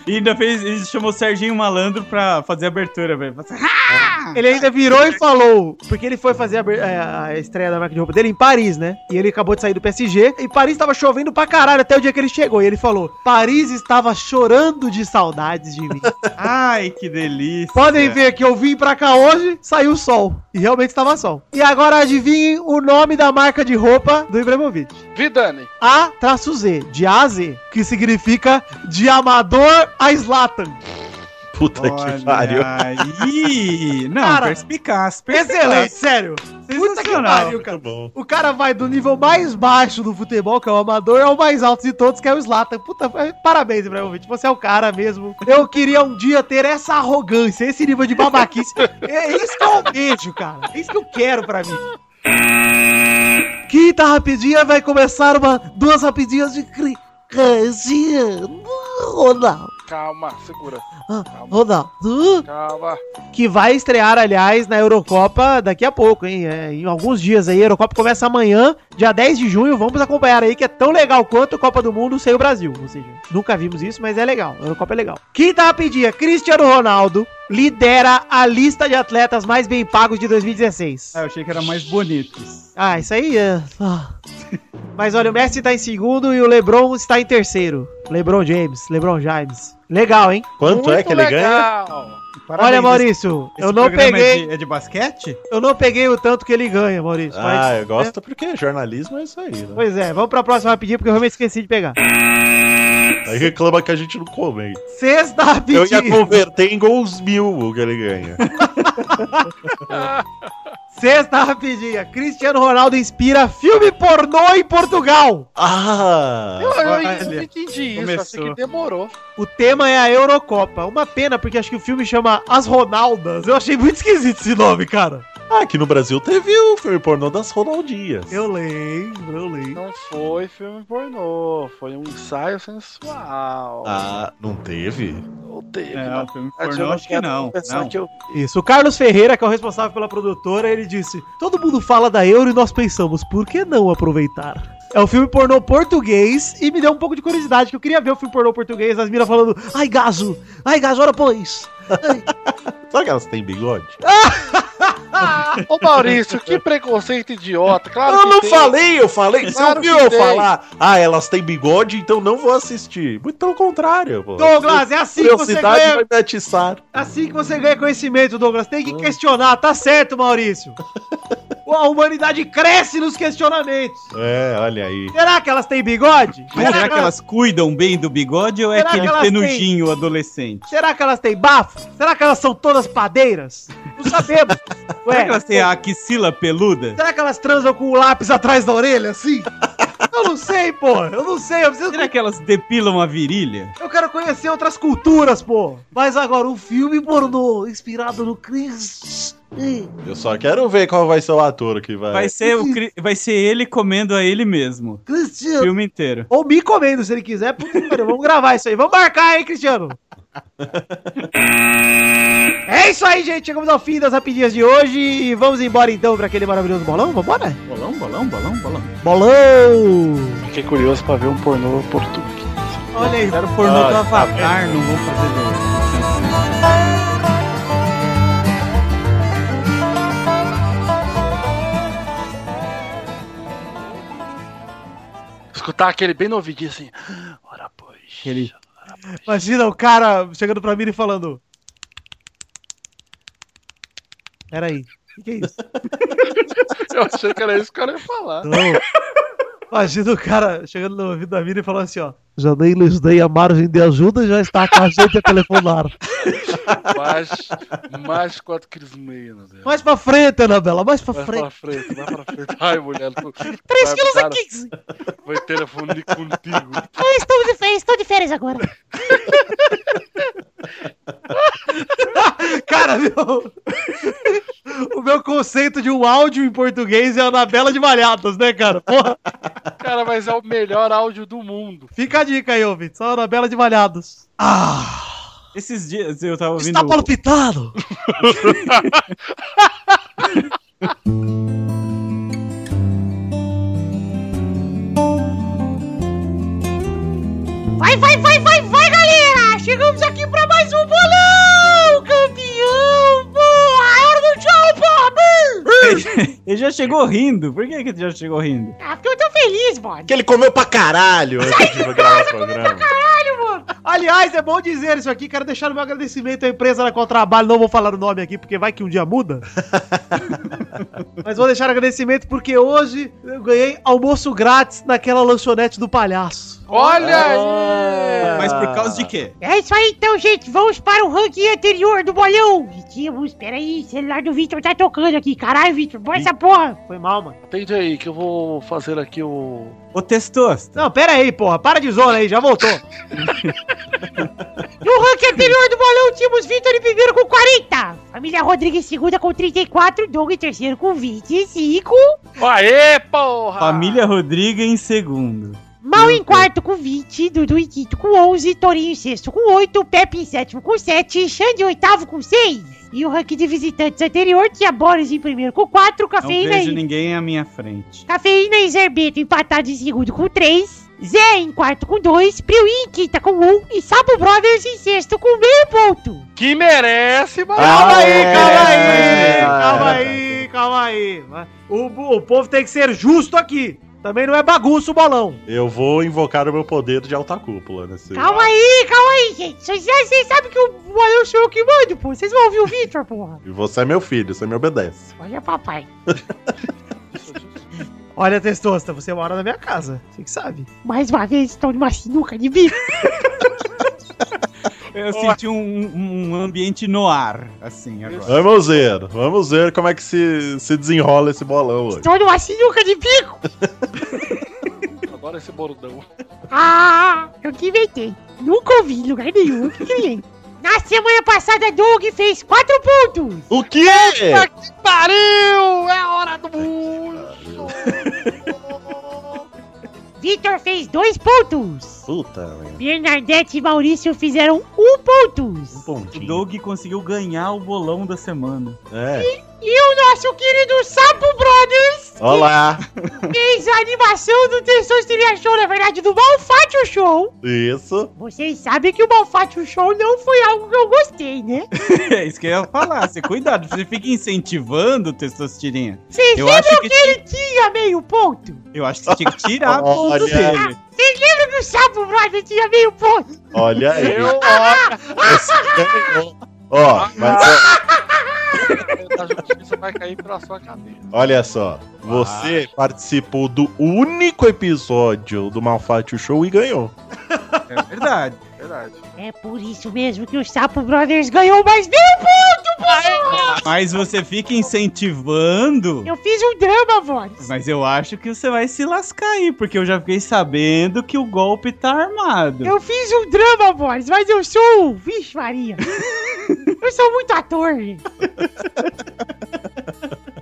H: E ainda fez, ele chamou o Serginho Malandro pra fazer a abertura, velho. Falou assim, *laughs* "Ah,
B: Ele ainda virou e falou, porque ele foi fazer a, abe- é, a estreia da marca de roupa dele em Paris, né? E ele acabou de sair do PSG. E Paris tava chovendo pra caralho até o dia que ele chegou. E ele falou: Paris estava chorando de saudades de mim.
H: Ai, que delícia.
B: Podem ver que eu vim pra cá hoje, saiu sol. E realmente estava sol. E agora adivinhem o o nome da marca de roupa do Ibrahimovic.
A: Vidani.
B: A-Z, de AZ, que significa de amador a Slatan.
D: *laughs* Puta que pariu.
H: Aí, não,
B: Cara,
H: perspicaz,
B: Excelente,
H: perspicaz.
B: sério. Puta que
H: Sensacional.
B: pariu, cara.
D: Muito bom.
B: O cara vai do nível mais baixo do futebol, que é o amador, ao mais alto de todos, que é o Slatan. Puta, é, parabéns, Ibrahimovic. Você é o cara mesmo. Eu queria um dia ter essa arrogância, esse nível de babaquice. É isso que eu almejo, cara. É isso que eu quero pra mim. Quinta rapidinha vai começar uma, duas rapidinhas de cri-
F: Cristiano Ronaldo.
A: Calma, segura.
B: Ah,
F: Ronaldo.
A: Calma.
B: que vai estrear, aliás, na Eurocopa daqui a pouco, hein? É, em alguns dias aí. A Eurocopa começa amanhã, dia 10 de junho. Vamos acompanhar aí, que é tão legal quanto a Copa do Mundo sem o Brasil. Ou seja, nunca vimos isso, mas é legal. A Eurocopa é legal. Quinta rapidinha, Cristiano Ronaldo lidera a lista de atletas mais bem pagos de 2016.
H: Ah, eu achei que era mais bonitos.
B: Ah, isso aí é... ah. *laughs* Mas olha, o Messi tá em segundo e o LeBron está em terceiro. LeBron James, LeBron James. Legal, hein?
D: Quanto é que ele ganha?
A: ganha?
B: olha, Maurício,
H: esse-
B: eu
H: esse
B: não
H: programa
B: peguei...
H: É de, é de basquete?
B: Eu não peguei o tanto que ele ganha, Maurício. mas-
D: Ah, eu gosto porque jornalismo é isso aí, né?
B: Pois é, vamos pra próxima rapidinho, porque eu realmente esqueci de pegar.
D: Aí reclama que a gente não comenta.
B: Sexta
D: Eu ia
B: rapidinha.
D: converter em gols mil o que ele ganha.
B: Sexta rapidinha. Cristiano Ronaldo inspira filme pornô em Portugal.
D: Ah!
A: Eu, eu
H: Olha,
A: entendi isso, assim
H: começou.
A: que demorou.
B: O tema é a Eurocopa. Uma pena, porque acho que o filme chama As Ronaldas. Eu achei muito esquisito esse nome, cara.
D: Ah, aqui no Brasil teve o filme pornô das Ronaldinhas.
B: Eu lembro, eu lembro.
A: Não foi filme pornô, foi um ensaio sensual.
D: Ah, não teve?
A: Não teve,
H: Não,
A: não.
H: É, filme
A: Eu
H: pornô acho que
A: quero
H: não.
A: confessar
H: não.
A: que eu-
B: Isso, o Carlos Ferreira, que é o responsável pela produtora, ele disse: Todo mundo fala da Euro e nós pensamos, por que não aproveitar? É um filme pornô português e me deu um pouco de curiosidade, que eu queria ver o filme pornô português, as minas falando, ai gaso, ai gaso, ora pois.
D: Será que elas têm bigode?
A: Ô Maurício, que preconceito idiota. Claro
D: eu
A: que
D: não
A: tem.
D: falei, eu falei.
A: Claro
D: você ouviu
A: que
D: eu
A: tem.
D: falar? Ah, elas têm bigode, então não vou assistir. Muito pelo contrário, pô.
B: Douglas, é assim que você
D: Curiosidade
B: ganha,
D: vai me atiçar.
B: é assim que você ganha conhecimento, Douglas, tem que
H: Ah.
B: questionar, tá certo,
H: *laughs*
B: Maurício. A humanidade cresce nos questionamentos.
D: É, olha aí.
B: Será que elas têm bigode?
H: Mas será que elas cuidam bem do bigode ou é
B: Será que
H: aquele
B: elas têm?
H: penujinho adolescente?
B: Será que elas têm bafo? Será que elas são todas padeiras? Não sabemos.
H: *laughs* será que elas têm a axila peluda?
B: Será que elas transam com o lápis atrás da orelha, assim? Eu não sei, pô. Eu não sei. Eu, preciso-
H: Será que elas depilam a virilha?
B: eu quero conhecer outras culturas, pô.
F: Mas agora um filme pornô inspirado no Chris. Ih,
D: Eu só quero ver qual vai ser o ator que vai.
H: Vai ser, o Cri- vai ser ele comendo a ele mesmo. O
F: Cristiano.
H: filme inteiro.
B: Ou me comendo, se ele quiser. Puta que pariu, Vamos gravar isso aí. Vamos marcar, hein, Cristiano? É isso aí, gente. Chegamos ao fim das rapidinhas de hoje. E vamos embora, então, pra aquele maravilhoso bolão. Vambora?
H: Bolão, bolão, bolão, bolão.
B: Bolão!
A: Fiquei curioso pra ver um pornô português.
B: Olha aí.
H: Quero pornô
D: Ah,
H: do
D: tá
H: Avatar, não vou fazer do...
A: Escutar aquele bem novidinho assim. Ora, pois.
H: Aquele-
B: Imagina o cara chegando pra mim e falando... Peraí. O que que é isso?
A: Eu achei que era isso que o cara ia
H: *laughs*
A: falar.
B: Não. Imagina o cara chegando no ouvido da mina e falando assim, ó.
F: Já nem lhes dei a margem de ajuda e já está com a gente a
B: *laughs*
F: telefonar.
A: Mais, mais 4,5 kg, meu Deus.
B: Mais pra frente, Anabela, mais pra
A: Vai
B: frente.
A: pra frente, vai pra frente. Ai, mulher. 3
B: 3 quilos a 15.
A: Vai telefonar contigo.
I: Estou de férias, estou de férias agora.
B: Cara, meu... o meu *laughs* conceito de um áudio em português é Anabela de Malhadas, né, cara? Porra,
A: Cara, mas é o melhor áudio do mundo.
B: fica a dica aí, ouvinte. Só Anabela de Malhadas. Ah,
H: Esses dias eu tava ouvindo...
B: está palpitado.
I: Vai, vai, vai, vai, vai, galera! Chegamos aqui pra mais um bolão, campeão! Porra, é hora do tchau, porra! brrr!
H: Ele já chegou rindo. Por que que ele já chegou rindo?
I: Ah, porque eu tô feliz, mano.
D: Que ele comeu pra caralho antes de *laughs* gravar o programa.
I: Caralho, mano!
B: Aí Aliás, é bom dizer isso aqui. Quero deixar o meu agradecimento à empresa na qual trabalho. Não vou falar o nome aqui, porque vai que um dia muda. Mas vou deixar agradecimento porque hoje eu ganhei almoço grátis naquela lanchonete do palhaço.
A: Olha aí!
H: Mas por causa de quê?
I: É isso aí então, gente. Vamos para o ranking anterior do bolão. E tínhamos, peraí, o celular do Victor tá tocando aqui. Caralho, Victor, bora essa porra.
B: Foi mal, mano.
A: Atende aí que eu vou fazer aqui o.
H: Ô, Testosta.
B: Não, pera aí, porra. Para de zona aí, já voltou.
I: No ranking anterior do bolão, tínhamos Victor em primeiro com 40. Família Rodrigues em segunda com 34. Doug em terceiro com 25.
A: Aê, porra!
H: Família Rodrigues em segundo.
I: Mal em quarto com 20, Dudu em quinto com 11, Torinho em sexto com 8, Pepe em sétimo com 7, Xande em oitavo com 6. E o ranking de visitantes anterior tinha Boris em primeiro com 4,
H: Não
I: Cafeína
H: vejo
I: e...
H: ninguém à minha frente.
I: Cafeína e Zerbeto empatados em segundo com 3, Zé em quarto com 2, Priuí em quinta com 1 e Sapo Brothers em sexto com meio ponto.
A: Que merece, mano!
B: Calma aí,
D: é,
B: calma
D: é,
B: aí,
D: é,
B: calma
D: é.
B: aí, calma aí. Mas O, bu- o povo tem que ser justo aqui. Também não é bagunça o bolão.
D: Eu vou invocar o meu poder de alta cúpula nesse.
I: Calma aí, calma aí, gente. Vocês já- vocês sabem que o Bolão sou eu que mando, pô. Vocês vão ouvir o Victor, porra.
D: E Você é meu filho, você me obedece.
I: Olha, papai.
B: Olha, Testosta, você mora na minha casa. Você que sabe.
I: Mais uma vez estão numa sinuca de bico.
H: Eu senti um, um- um ambiente no ar, assim, agora.
D: Vamos ver, vamos ver como é que se, se desenrola esse bolão hoje.
I: Estão numa sinuca de bico.
A: Adoro esse bordão.
I: Ah, eu que inventei. Nunca ouvi em lugar nenhum. que Criei. *laughs* Na semana passada, Doug fez 4 pontos.
D: O quê?
A: Pariu! É a hora do mundo!
I: Vitor fez 2 pontos.
D: Puta, velho.
I: Bernadette e Maurício fizeram 1 um pontos.
D: Um
H: O
D: pontinho.
H: Doug conseguiu ganhar o bolão da semana.
D: É.
I: E o nosso querido Sapo Brothers
D: Olá.
I: fez a animação do Testosteria Show, na verdade, do Malfátio Show.
D: Isso.
I: Vocês sabem que o Malfátio Show não foi algo que eu gostei, né?
H: *laughs* É isso que eu ia falar. Você cuidado, você fica incentivando o Testostirinha. *laughs*
I: Vocês
H: Eu
I: lembram
H: acho que
I: que ele tinha meio ponto?
H: Eu acho que você tinha que tirar ponto
D: Olha.
H: dele.
I: Vocês lembram que o Sapo Brothers tinha meio ponto?
D: Olha aí.
A: *laughs* Eu, ó,
D: Você ganhou. Ó, mas
A: a Tá, justiça vai cair pela sua cabeça.
D: olha só. Você participou do único episódio do Malfatio Show e ganhou.
H: É verdade.
A: Verdade.
I: É por isso mesmo que o Sapo Brothers ganhou mais meio ponto, pô!
H: Mas você fica incentivando.
I: Eu fiz um drama, Boris.
H: Mas eu acho que você vai se lascar aí, porque eu já fiquei sabendo que o golpe tá armado.
I: Eu fiz um drama, Boris, mas eu sou... Vixe, Maria. eu sou muito ator, gente.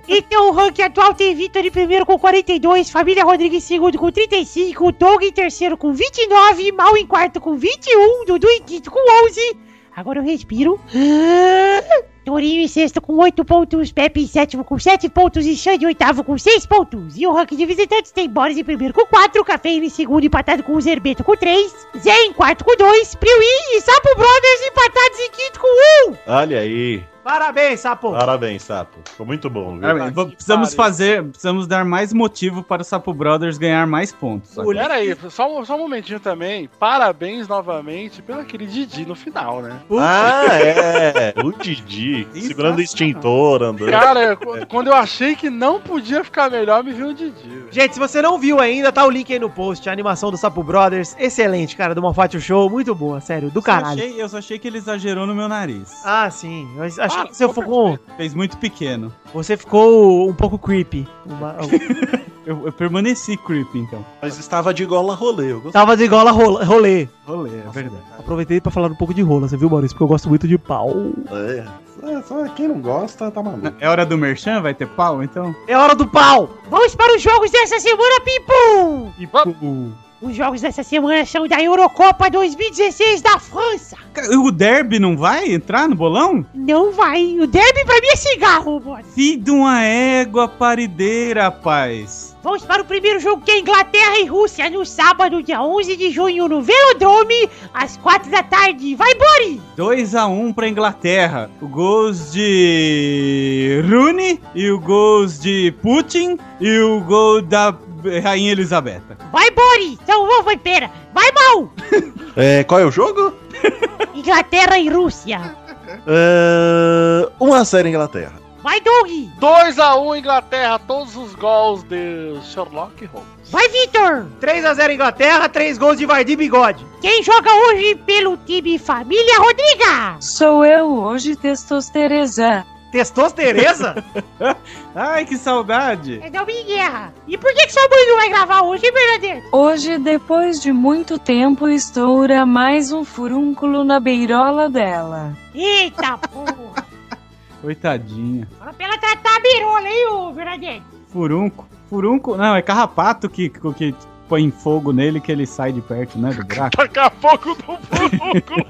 I: Então o ranking atual tem Vitor em primeiro com 42, Família Rodrigues em segundo com 35, Doug em terceiro com 29, Mal em quarto com 21, Dudu em quinto com 11. Agora eu respiro. Ah! Torinho em sexto com 8 pontos, Pepe em sétimo com 7 pontos e Xande em oitavo com 6 pontos. E o ranking de visitantes tem Boris em primeiro com 4, Cafeína em segundo empatado com o Zerbeto com 3, Zé em quarto com 2, Priuí e Sapo Brothers empatados em quinto com 1.
D: Olha aí.
B: Parabéns, sapo.
D: Parabéns, Sapo. Ficou muito bom, viu?
H: Parabéns. Ah, Vamos- Precisamos fazer, precisamos dar mais motivo para o Sapo Brothers ganhar mais pontos.
B: Olha.
A: Pera aí, só, um- só um momentinho também. Parabéns novamente pelo aquele Didi no final, né?
D: Ah, é. *laughs* O Didi. Segurando o extintor, andando.
A: Cara, eu- quando- quando eu achei que não podia ficar melhor, me viu o Didi. velho.
B: Gente, se você não viu ainda, tá o link aí no post. A animação do Sapo Brothers. Excelente, cara, do Malfatio Show. Muito boa, sério, do
H: Eu, só
B: caralho.
H: achei, eu só achei que ele exagerou no meu nariz.
B: Ah, sim. Mas acho
A: Ah,
B: que você
A: com
B: ficou,
H: Fez muito pequeno.
B: você ficou um pouco creepy. Uma-
H: Eu, eu permaneci creepy, então.
D: Mas estava de gola rolê. Eu gostei.
B: Tava de gola rola- rolê.
H: Rolê, é verdade.
B: Aproveitei pra falar um pouco de rola, você viu, Maurício? Porque eu gosto muito de pau.
D: É. É, só quem não gosta tá maluco.
H: É hora do merchan? Vai ter pau, então?
B: É hora do pau!
I: Vamos para os jogos dessa semana, Pipo!
H: E
I: Os jogos dessa semana são da Eurocopa 2016 da França.
H: O Derby não vai entrar no bolão?
I: Não vai. O derby pra mim é cigarro, mano.
H: Filho de uma égua parideira, rapaz.
I: Vamos para o primeiro jogo que é Inglaterra e Rússia no sábado, dia 11 de junho, no Velodrome, às 4 da tarde. Vai, Bori!
H: 2x1 pra Inglaterra. O gols de Rooney e o gols de Putin e o gol da Rainha Elizabeth.
I: Vai, Bori! Então, vai, pera. Vai, mal!
D: É, qual é o jogo?
I: Inglaterra e Rússia.
D: É, 1 a 0 Inglaterra.
I: Vai, Doug!
A: 2x1 Inglaterra, todos os gols de Sherlock Holmes.
I: Vai, Vitor!
B: 3x0 Inglaterra, 3 gols de Vardy e Bigode.
I: Quem joga hoje pelo time Família Rodriga?
J: Sou eu hoje, testostereza.
B: Testou Tereza?
H: Ai, que saudade.
I: É Dalmin Guerra. E por que, que sua mãe não vai gravar hoje, hein, Bernadette?
J: Hoje, depois de muito tempo, estoura mais um furúnculo na beirola dela.
I: Eita porra!
H: Coitadinha.
I: Fala pra ela tratar a birola, hein, ô Bernadette?
H: Furunco. Furunco. Não, é carrapato que, que põe fogo nele que ele sai de perto, né? Do buraco.
A: Daqui a pouco do Furúnculo.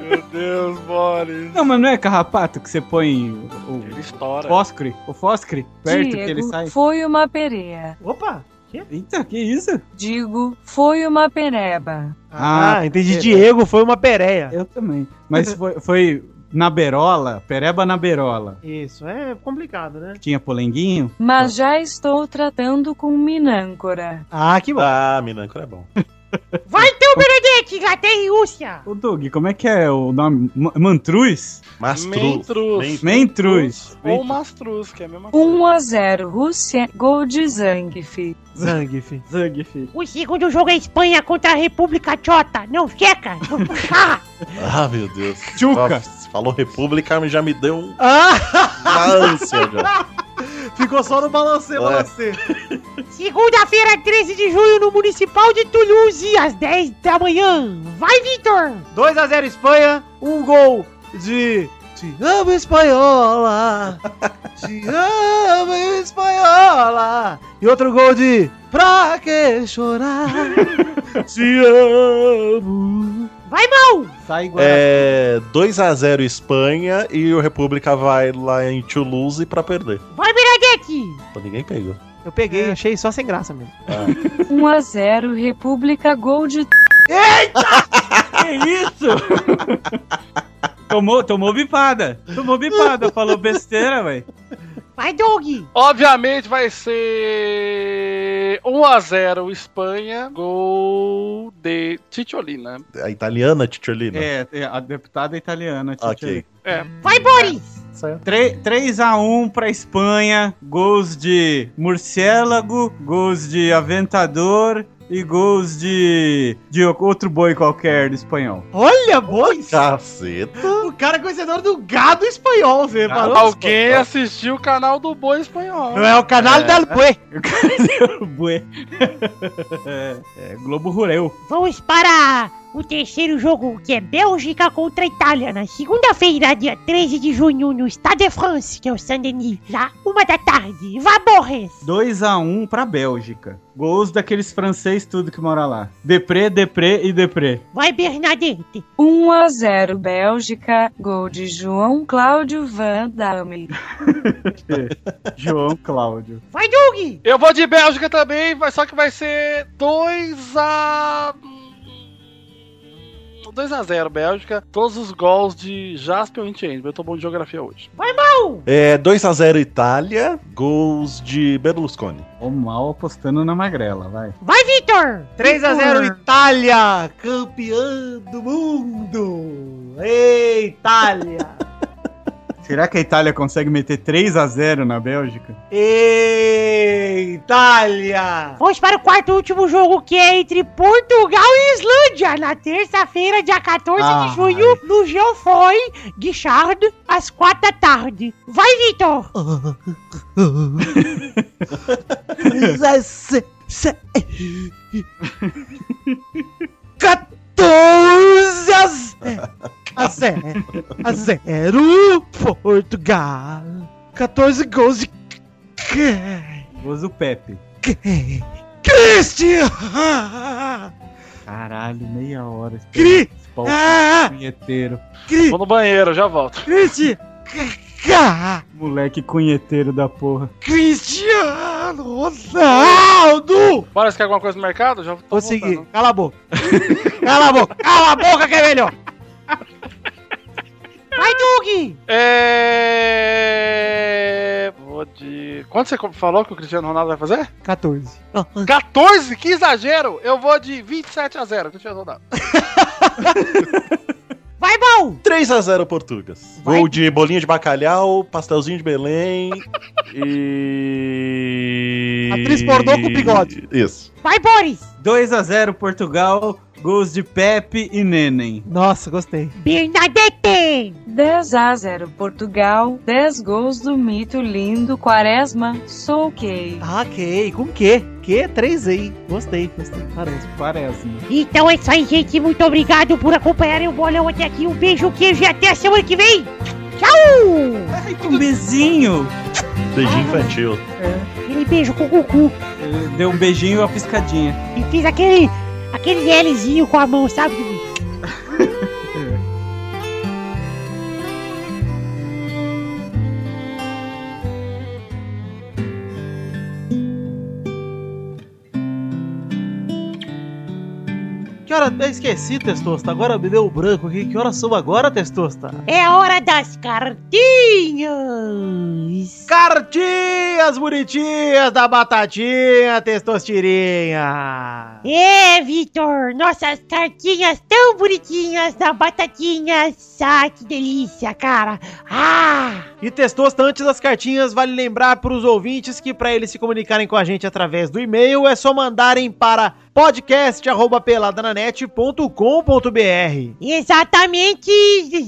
A: Meu Deus, Boris.
H: Não, mas não é carrapato que você põe o,
A: Ele
H: o
A: estoura.
H: fósforo? O fósforo? Perto que ele
J: Diego,
H: sai.
J: foi uma pereia.
B: *laughs* Opa!
H: Eita, que isso?
J: Digo, foi uma pereba.
B: Ah, entendi.
H: é.
B: Diego foi uma pereia.
H: Eu também. Mas foi, foi na berola, pereba na berola.
B: Isso, é complicado, né?
H: Tinha polenguinho?
J: Mas já estou tratando com minâncora.
B: Ah, *laughs* que bom.
D: Ah, Minâncora é bom.
I: Vai então, Bernadette, Inglaterra e Rússia.
H: Ô Doug, como é que é o nome? Ma- Mantruz?
D: Mastruz.
A: Mentrus.
H: Mentruz.
A: Ou Mastruz, que é a mesma coisa.
J: 1 a 0 Rússia, gol de Zangief.
B: Zangief.
H: Zang, filho.
I: O segundo jogo é Espanha contra a República Tchota. Não checa, não puxa.
D: Ah, meu Deus.
H: Tchuca.
D: Nossa, Falou República, já me deu um-
B: Ah,
D: uma ânsia. Já.
B: ficou só no balancê,
D: É.
B: balancê.
I: Segunda-feira, 13 de junho, no Municipal de Toulouse, às 10 da manhã. Vai, Vitor!
B: 2x0 Espanha, um gol de. Te amo espanhola! Te amo espanhola! E outro gol de. Pra que chorar? Te amo!
I: Vai, Mal!
H: Sai igual.
D: É, 2x0 Espanha e o República vai lá em Toulouse pra perder.
I: Vai, Bernadette!
D: Pô, ninguém pegou.
B: Eu peguei, achei só sem graça mesmo.
J: 1 a 0 República, gol de
H: Que isso? *laughs* tomou, tomou bipada. Tomou bipada. Falou besteira, velho.
I: Vai, Doug!
A: Obviamente vai ser 1x0 Espanha, gol de Titiolina.
D: A italiana, Titiolina.
H: É, é, a deputada italiana.
D: ok.
I: Vai, Boris!
H: 3x1 pra Espanha. Gols de Murciélago, gols de Aventador e gols de, de outro boi qualquer do *laughs* espanhol.
B: Olha, boi!
D: Caceta.
B: O cara é conhecedor do gado espanhol, você reparou?
A: Alguém assistiu o canal do Boi *laughs* Espanhol.
B: Não é o canal da Boi.
H: Bué. é, Globo Rureu.
I: Vamos para o terceiro jogo, que é Bélgica contra Itália, na segunda-feira, dia 13 de junho, no Stade de France, que é o Saint-Denis, lá, uma da tarde. Vá, Borges!
H: 2x1 pra Bélgica. Gols daqueles francês tudo que mora lá. Depré, Depré e Depré.
I: Vai, Bernadette!
J: 1 a 0 Bélgica, gol de João Cláudio Van Damme.
H: João *laughs* Cláudio.
I: Vai, Doug!
A: Eu vou de Bélgica também, vai- só que vai ser 2x. hum, 2x0 Bélgica, todos os gols de Jasper Wintiende. Eu tô bom de geografia hoje.
D: É, 2x0 Itália, gols de Berlusconi.
H: Ou mal apostando na magrela, vai.
I: Vai, Vitor!
B: 3x0 Itália, campeã do mundo! Ei, Itália!
H: Será que a Itália consegue meter 3x0 na Bélgica?
B: Ei, Itália!
I: Vamos para o quarto e último jogo, que é entre Portugal e Islândia, na terça-feira, dia 14
H: Ai.
I: de junho, no Geoffroy Guichard, às 4 da tarde. Vai, Vitor!
B: é, Zezé, Zé. 14 a 0, *laughs* a 0, a 0, Portugal. 14 gols de
H: Gols do Pepe.
B: Cristiano!
H: Caralho, meia hora.
B: Cri-
H: esperando esse pau
B: Ah,
H: Cunheteiro.
B: Cri-
A: Vou no banheiro, já volto.
B: Cristi- Ca-
H: Moleque cunheteiro da porra.
B: Cristiano Ronaldo!
A: Bora, você quer alguma coisa no mercado? Já tô
B: Consegui,
A: voltando.
B: cala a boca. Cala a boca, cala a boca que é melhor.
I: Vai, Doug!
A: É. Vou de. Quanto você falou que o Cristiano Ronaldo vai fazer?
B: 14.
A: 14? Que exagero! Eu vou de 27 a 0, Cristiano Ronaldo.
I: Vai, bom!
D: 3x0 Portugas.
I: Vai.
D: Gol de bolinha de bacalhau, pastelzinho de Belém e.
B: *laughs* Atriz pornô com bigode.
D: Isso.
I: Vai, Boris!
H: 2x0 Portugal, gols de Pepe e Neném.
B: Nossa, gostei.
I: Bernadette!
J: 10 a 0 Portugal, 10 gols do mito lindo Quaresma, sou ok.
B: Ah, ok. Com que? Que? 3 aí. Gostei, gostei. Parece.
H: Quaresma.
I: Então é isso aí, gente. Muito obrigado por acompanharem o bolão até aqui. Um beijo, queijo e até a semana que vem. Tchau!
H: Ai, com um beijinho.
D: Beijinho infantil.
I: Aquele beijo com o cu
H: Ele Deu um beijinho e uma piscadinha.
I: e fiz aquele, aquele Lzinho com a mão, sabe?
B: Que hora? Eu esqueci, Testosta. Agora me deu o branco aqui. Que horas são agora, Testosta?
I: É hora das cartinhas!
B: Cartinhas bonitinhas da batatinha, testostirinha.
I: É, Vitor, nossas cartinhas tão bonitinhas da batatinha. Ah, que delícia, cara! Ah!
B: E testosta, antes das cartinhas, vale lembrar para os ouvintes que para eles se comunicarem com a gente através do e-mail é só mandarem para podcast@peladananet.com.br.
I: Exatamente!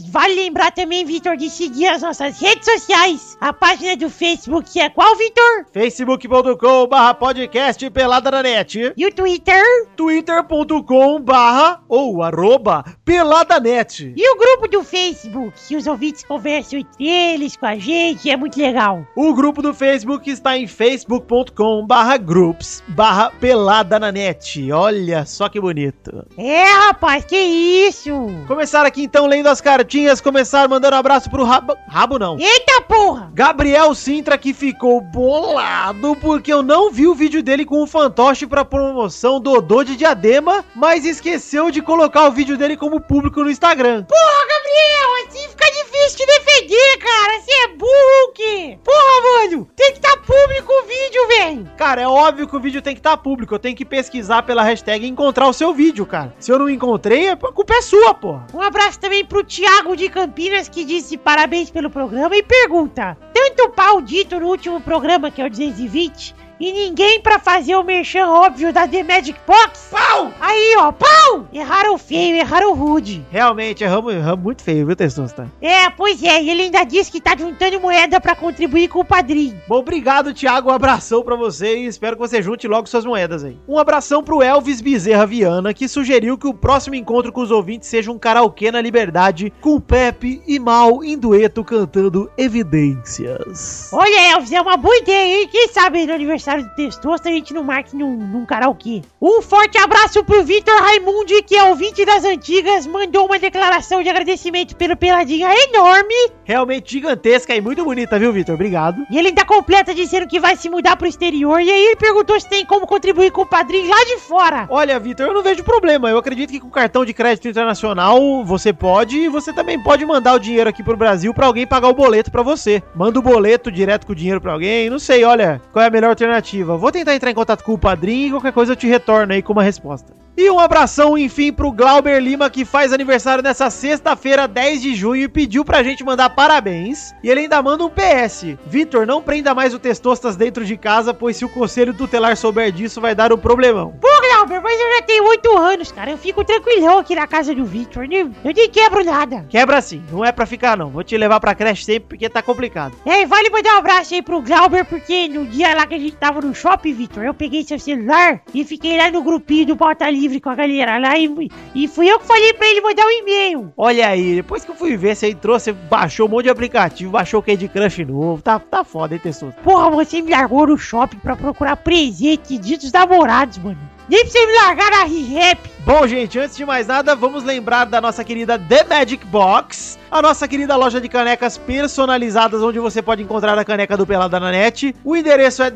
I: Vale lembrar também, Vitor, de seguir as nossas redes sociais. A página do Facebook é qual, Vitor?
B: facebook.com barra podcast peladananet
I: E o Twitter?
B: twitter.com barra ou arroba peladanet
I: E o grupo do Facebook? Que os ouvintes conversam entre eles, com a gente, é muito legal.
B: O grupo do Facebook está em facebook.com barra groups barra peladananet Olha só que bonito.
I: É, rapaz, que isso!
B: Começar aqui então lendo as cartinhas, começar mandando um abraço pro rabo... Rabo não.
I: Eita porra!
B: Gabriel Sintra que ficou bolado porque eu não vi o vídeo dele com o fantoche pra promoção Dodô de Diadema, mas esqueceu de colocar o vídeo dele como público no Instagram.
I: Porra, Gabriel, assim fica difícil te defender, cara! Você é burro, que? Porra, mano! Tem que estar público o vídeo, velho!
B: Cara, é óbvio que o vídeo tem que estar público. Eu tenho que pesquisar pela hashtag e encontrar o seu vídeo, cara. Se eu não encontrei, a culpa é sua, porra.
I: Um abraço também pro Thiago de Campinas que disse parabéns pelo programa e pergunta: Tanto pau dito no último programa, que é o 220, e ninguém pra fazer o merchan óbvio da The Magic Box? Pau! Aí, ó, pau! Erraram feio, erraram rude.
B: Realmente, erramos, erramos muito feio, viu, Testosta?
I: É, pois é, e ele ainda disse que tá juntando moeda pra contribuir com o padrinho.
B: Bom, obrigado, Thiago. Um abração pra você e espero que você junte logo suas moedas aí. Um abração pro Elvis Bezerra Viana, que sugeriu que o próximo encontro com os ouvintes seja um karaokê na liberdade, com Pepe e Mal em dueto cantando Evidências.
I: Olha, Elvis, é uma boa ideia, hein? Quem sabe no aniversário do Testosta a gente não marque num, num karaokê. Um forte abraço pro Vitor Raimundi, que é ouvinte das antigas, mandou uma declaração de agradecimento pelo Peladinha enorme.
B: Realmente gigantesca e muito bonita, viu, Vitor? Obrigado.
I: E ele ainda completa dizendo que vai se mudar pro exterior. E aí ele perguntou se tem como contribuir com o padrinho lá de fora.
B: Olha, Vitor, eu não vejo problema. Eu acredito que com cartão de crédito internacional você pode e você também pode mandar o dinheiro aqui pro Brasil pra alguém pagar o boleto pra você. Manda o boleto direto com o dinheiro pra alguém. Não sei, olha, qual é a melhor alternativa. Vou tentar entrar em contato com o padrinho e qualquer coisa eu te retorno aí com uma resposta. E um abração, enfim, pro Glauber Lima, que faz aniversário nessa sexta-feira, 10 de junho, e pediu pra gente mandar parabéns. E ele ainda manda um PS. Vitor, não prenda mais o Testostas dentro de casa, pois se o conselho tutelar souber disso, vai dar um problemão.
I: Pô, Glauber, mas eu já tenho oito anos, cara. Eu fico tranquilão aqui na casa do Vitor. nem- Eu nem quebro nada.
B: Quebra sim, não é pra ficar não. Vou te levar pra creche sempre porque tá complicado.
I: É, e vale mandar um abraço aí pro Glauber, porque no dia lá que a gente tava no shopping, Vitor, eu peguei seu celular e fiquei lá no grupinho do Pauta Livre com a galera lá e, e fui eu que falei pra ele mandar um e-mail.
B: Olha aí, depois que eu fui ver, você entrou, você baixou um monte de aplicativo, baixou o Candy Crush novo. Tá, tá foda, hein, Testosta?
I: Porra, você me largou no shopping pra procurar presente de dos namorados, mano. Nem pra você me largar na rap.
B: Bom, gente, antes de mais nada, vamos lembrar da nossa querida The Magic Box, a nossa querida loja de canecas personalizadas, onde você pode encontrar a caneca do Pelada na net. O endereço é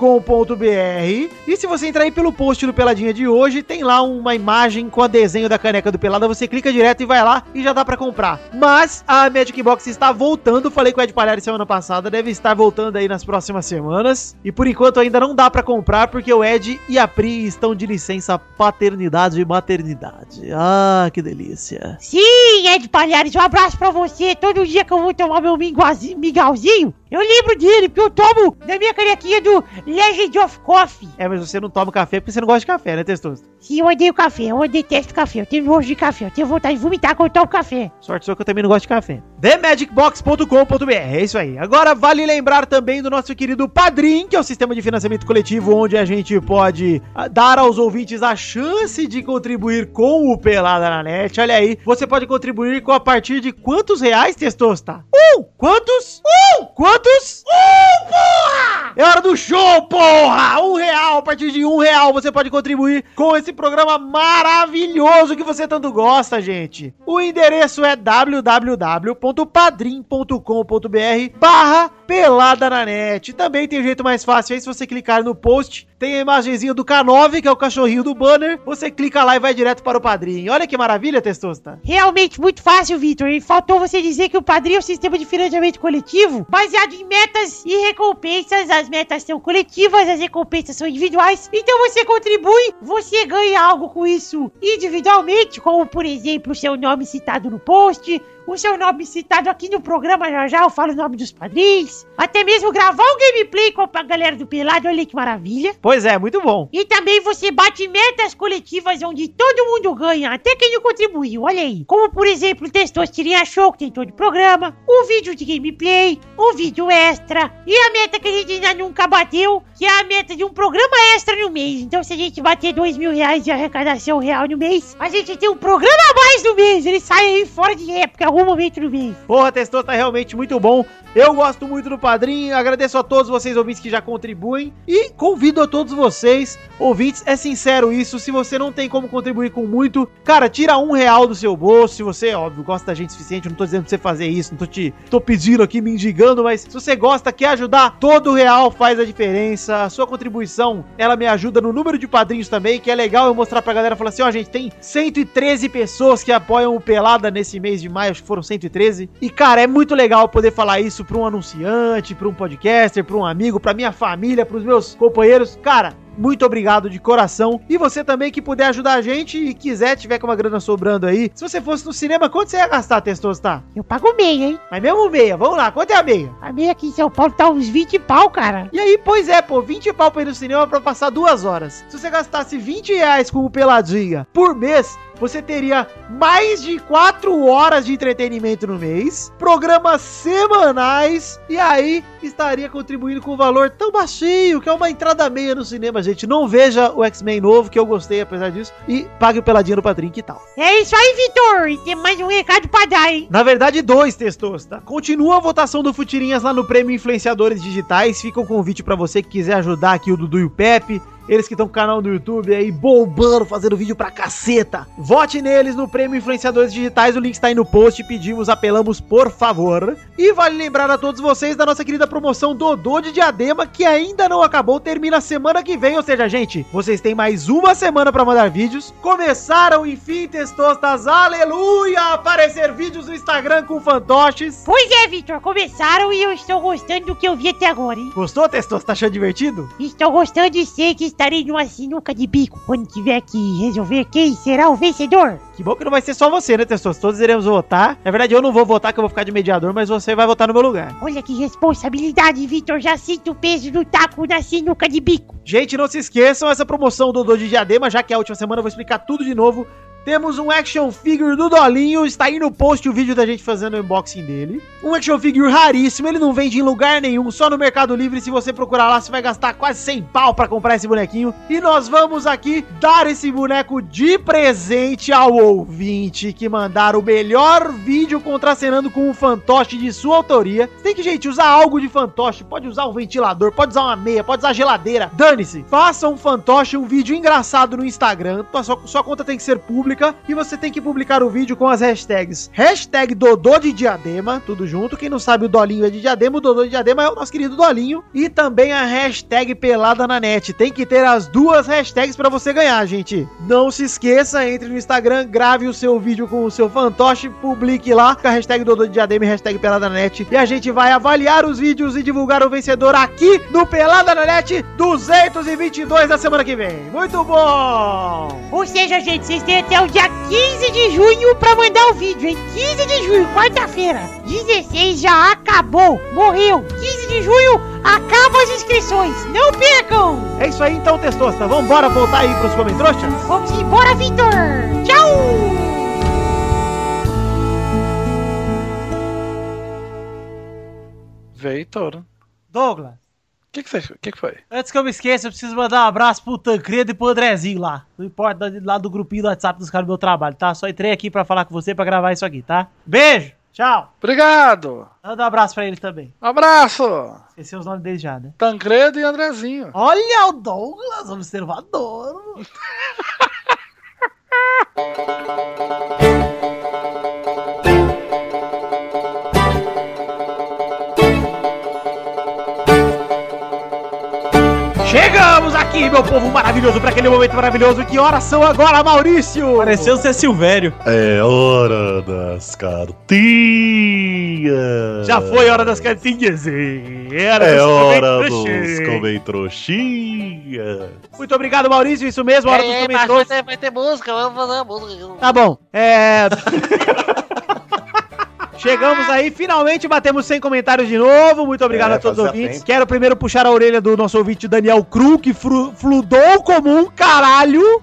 B: themagicbox.com.br. E se você entrar aí pelo post do Peladinha de hoje, tem lá uma imagem com a desenho da caneca do Pelada. Você clica direto e vai lá e já dá pra comprar. Mas a Magic Box está voltando. Falei com o Ed Palhares semana passada, deve estar voltando aí nas próximas semanas. E por enquanto ainda não dá pra comprar, porque o Ed e a Pri estão de licença paternidade e maternidade. Ah, que delícia.
I: Sim, Ed Palhares, um abraço pra você. Todo dia que eu vou tomar meu minguazi- mingauzinho, eu lembro dele, porque eu tomo na minha canequinha do Legend of Coffee.
B: É, mas você não toma café porque você não gosta de café, né, Testoso?
I: Sim, eu odeio café, eu detesto café, eu tenho nojo de café, eu tenho vontade de vomitar quando eu tomo café.
B: Sorte sua que eu também não gosto de café. TheMagicBox.com.br, é isso aí. Agora vale lembrar também do nosso querido Padrim, que é o sistema de financiamento coletivo onde a gente pode ah, dar aos ouvintes a chance de contribuir com o Pelada na Net. Olha aí, você pode contribuir com a partir de quantos reais, Testosta? Um! Quantos? Um! Quantos? Um, porra! É hora do show, porra! Um real, a partir de um real você pode contribuir com esse programa maravilhoso que você tanto gosta, gente. O endereço é www.padrim.com.br barra pelada na net. Também tem um jeito mais fácil aí, se você clicar no post, tem a imagenzinha do K9, que é o cachorrinho do banner, você clica lá e vai direto para o Padrim. Olha que maravilha, Testosta!
I: Realmente muito fácil, Victor. E faltou você dizer que o padrinho é um sistema de financiamento coletivo baseado em metas e recompensas. As metas são coletivas, as recompensas são individuais. Então você contribui, você ganha algo com isso individualmente, como por exemplo o seu nome citado no post. O seu nome citado aqui no programa já já, eu falo o nome dos padrinhos. Até mesmo gravar um gameplay com a galera do Pelado, olha aí que maravilha.
B: Pois é, muito bom.
I: E também você bate metas coletivas onde todo mundo ganha, até quem não contribuiu, olha aí. Como por exemplo, o Testosterinha Show, que tem todo o programa, um vídeo de gameplay, um vídeo extra, e a meta que a gente ainda nunca bateu, que é a meta de um programa extra no mês. Então se a gente bater dois mil reais de arrecadação real no mês, a gente tem um programa a mais no mês, ele sai aí fora de época, em algum momento no mês.
B: Porra, testou, tá realmente muito bom. Eu gosto muito do Padrim, agradeço a todos vocês ouvintes que já contribuem e convido a todos vocês, ouvintes, é sincero isso, se você não tem como contribuir com muito, cara, tira um real do seu bolso, se você, óbvio, gosta da gente o suficiente, eu não tô dizendo pra você fazer isso, não tô te tô pedindo aqui, me indigando, mas se você gosta, quer ajudar, todo real faz a diferença, a sua contribuição, ela me ajuda no número de padrinhos também, que é legal eu mostrar pra galera, falar assim, ó gente, tem 113 pessoas que apoiam o Pelada nesse mês de maio, acho que foram 113, e cara, é muito legal poder falar isso pra um anunciante, pra um podcaster, pra um amigo, pra minha família, pros meus companheiros, cara, muito obrigado de coração. E você também que puder ajudar a gente e quiser, tiver com uma grana sobrando aí. Se você fosse no cinema, quanto você ia gastar, Testostar?
I: Eu pago meia, hein?
B: Mas mesmo meia, vamos lá, quanto é a meia?
I: A meia aqui em São Paulo tá uns 20 pau, cara.
B: E aí, pois é, pô, 20 pau pra ir no cinema pra passar duas horas. Se você gastasse 20 reais com o Peladinha por mês, você teria mais de 4 horas de entretenimento no mês, programas semanais, e aí estaria contribuindo com um valor tão baixinho, que é uma entrada meia no cinema, gente. Não veja o X-Men novo, que eu gostei apesar disso, e pague o Peladinha no Padrim, que tal?
I: É isso aí, Vitor! E tem mais um recado pra dar, hein?
B: Na verdade, dois textos, tá? Continua a votação do Futirinhas lá no Prêmio Influenciadores Digitais. Fica o convite pra você que quiser ajudar aqui o Dudu e o Pepe. Eles que estão com o canal do YouTube aí bombando, fazendo vídeo pra caceta. Vote neles no Prêmio Influenciadores Digitais. O link está aí no post. Pedimos, apelamos, por favor. E vale lembrar a todos vocês da nossa querida promoção Dodô de Diadema, que ainda não acabou. Termina semana que vem. Ou seja, gente, vocês têm mais uma semana pra mandar vídeos. Começaram, enfim, testostas. Aleluia! a Aparecer vídeos no Instagram com fantoches.
I: Pois é, Vitor, começaram e eu estou gostando do que eu vi até agora, hein?
B: Gostou, testos? Tá achando divertido?
I: Estou gostando de ser que estarei numa sinuca de bico quando tiver que resolver quem será o vencedor.
B: Que bom que não vai ser só você, né, Testos? Todos iremos votar. Na verdade, eu não vou votar, que eu vou ficar de mediador, mas você vai votar no meu lugar.
I: Olha que responsabilidade, Vitor. Já sinto o peso do taco na sinuca de bico.
B: Gente, não se esqueçam, essa promoção do Dodô de Diadema, já que é a última semana, eu vou explicar tudo de novo. Temos um action figure do Dolinho, está aí no post o vídeo da gente fazendo o unboxing dele. Um action figure raríssimo, ele não vende em lugar nenhum, só no Mercado Livre. Se você procurar lá, você vai gastar quase 100 pau para comprar esse bonequinho. E nós vamos aqui dar esse boneco de presente ao ouvinte que mandar o melhor vídeo contracenando com um fantoche de sua autoria. Tem que, gente, usar algo de fantoche, pode usar um ventilador, pode usar uma meia, pode usar geladeira. Dane-se, faça um fantoche, um vídeo engraçado no Instagram. Sua, sua conta tem que ser pública pública e você tem que publicar o vídeo com as hashtags. Hashtag Dodô de Diadema, tudo junto. Quem não sabe o Dolinho é de Diadema, o Dodô de Diadema é o nosso querido Dolinho. E também a hashtag Pelada na Net. Tem que ter as duas hashtags pra você ganhar, gente. Não se esqueça, entre no Instagram, grave o seu vídeo com o seu fantoche, publique lá com a hashtag Dodô de Diadema e hashtag Pelada na Net. E a gente vai avaliar os vídeos e divulgar o vencedor aqui no Pelada na Net 222 da semana que vem. Muito bom!
I: Ou seja, gente, vocês têm até o dia 15 de junho pra mandar o vídeo, hein? 15 de junho, quarta-feira. 16 já acabou, morreu. 15 de junho, acabam as inscrições. Não percam!
B: É isso aí então, Testosta. Vambora voltar aí pros Comentroxas?
I: Vamos embora, Vitor! Tchau!
A: Vitor.
B: Douglas,
A: O que, que você. O que, que foi?
B: antes que eu me esqueça, eu preciso mandar um abraço pro Tancredo e pro Andrezinho lá. Não importa, lá do grupinho do WhatsApp dos caras do meu trabalho, tá? Só entrei aqui pra falar com você, pra gravar isso aqui, tá? Beijo! Tchau!
A: Obrigado!
B: Manda um abraço pra eles também.
A: Abraço!
B: Esqueci os nomes deles já, né?
A: Tancredo e Andrezinho.
B: Olha o Douglas, observador. mano. Chegamos aqui, meu povo maravilhoso, para aquele momento maravilhoso. Que horas são agora, Maurício?
H: Pareceu ser Silvério.
D: É hora das cartinhas.
B: Já foi a hora das cartinhas. e Era
D: É
B: dos
D: hora
B: comentroxinhas.
D: dos comentroxinhas.
B: Muito obrigado, Maurício. Isso mesmo, a hora dos comentários.
F: É, vai ter música, vamos fazer a música.
B: Tá bom. É. *laughs* Chegamos aí, finalmente batemos 100 comentários de novo. Muito obrigado
D: É,
B: a todos os
D: fazia
B: ouvintes.
D: tempo.
B: Quero primeiro puxar a orelha do nosso ouvinte Daniel Cru, que fru- fludou como um caralho.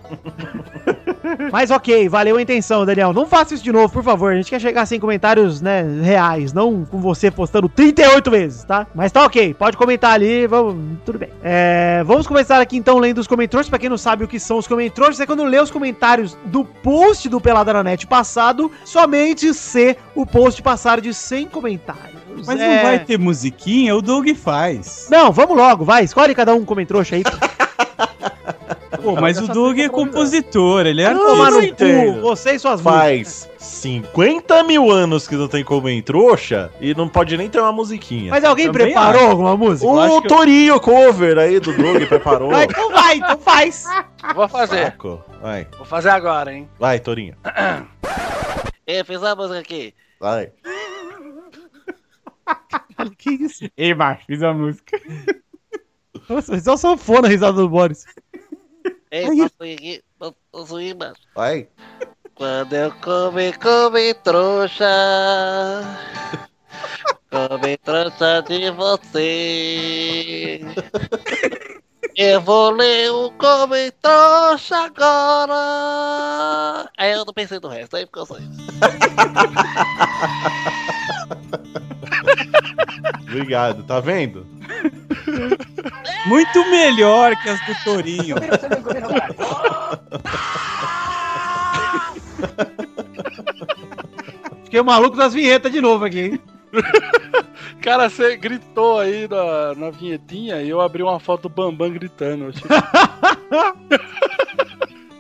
B: Mas ok, valeu a intenção, Daniel. Não faça isso de novo, por favor. A gente quer chegar a 100 comentários, né, reais, não com você postando 38 vezes, tá? Mas tá ok, pode comentar ali, vamos, tudo bem. É, vamos começar aqui então lendo os comentários. Pra quem não sabe o que são os comentários, é quando lê os comentários do post do Pelada na Net passado, somente se o post passar de 100 comentários.
H: Mas
B: É.
H: não vai ter musiquinha, o Doug faz.
B: Não, vamos logo, vai. Escolhe cada um comentrouxa aí.
H: Pô, mas o Doug é compositor, ele é
B: Vai tomar
H: artista.
B: no cu,
D: entendo.
B: você e suas músicas.
D: Faz 50 mil anos que não tem comentroxa e não pode nem ter uma musiquinha.
B: Mas alguém
H: Também
B: preparou
H: acho.
B: alguma música?
H: eu acho
D: o
H: que eu-
D: Torinho cover aí do Doug *laughs* preparou.
B: Vai, então vai, então faz.
A: Vou fazer.
D: Saco. Vai,
A: Vou fazer agora, hein?
D: vai, Torinho.
F: É, fiz a música aqui.
D: Vai.
B: que isso?
H: Ei, macho, fiz a música.
B: Nossa, mas é uma sanfona a risada do Boris.
F: É, posso ir aqui? Posso- Posso ir, mano?
D: Vai.
F: Quando eu come, come trouxa. Come trouxa de você. Eu vou ler o come trouxa agora. Aí eu não pensei no resto, aí ficou só isso.
D: Obrigado, tá vendo?
H: Muito melhor que as do Torinho.
B: Fiquei maluco das vinhetas de novo aqui, hein?
A: Cara, você gritou aí na, na vinhetinha e eu abri uma foto do Bambam gritando. Eu achei-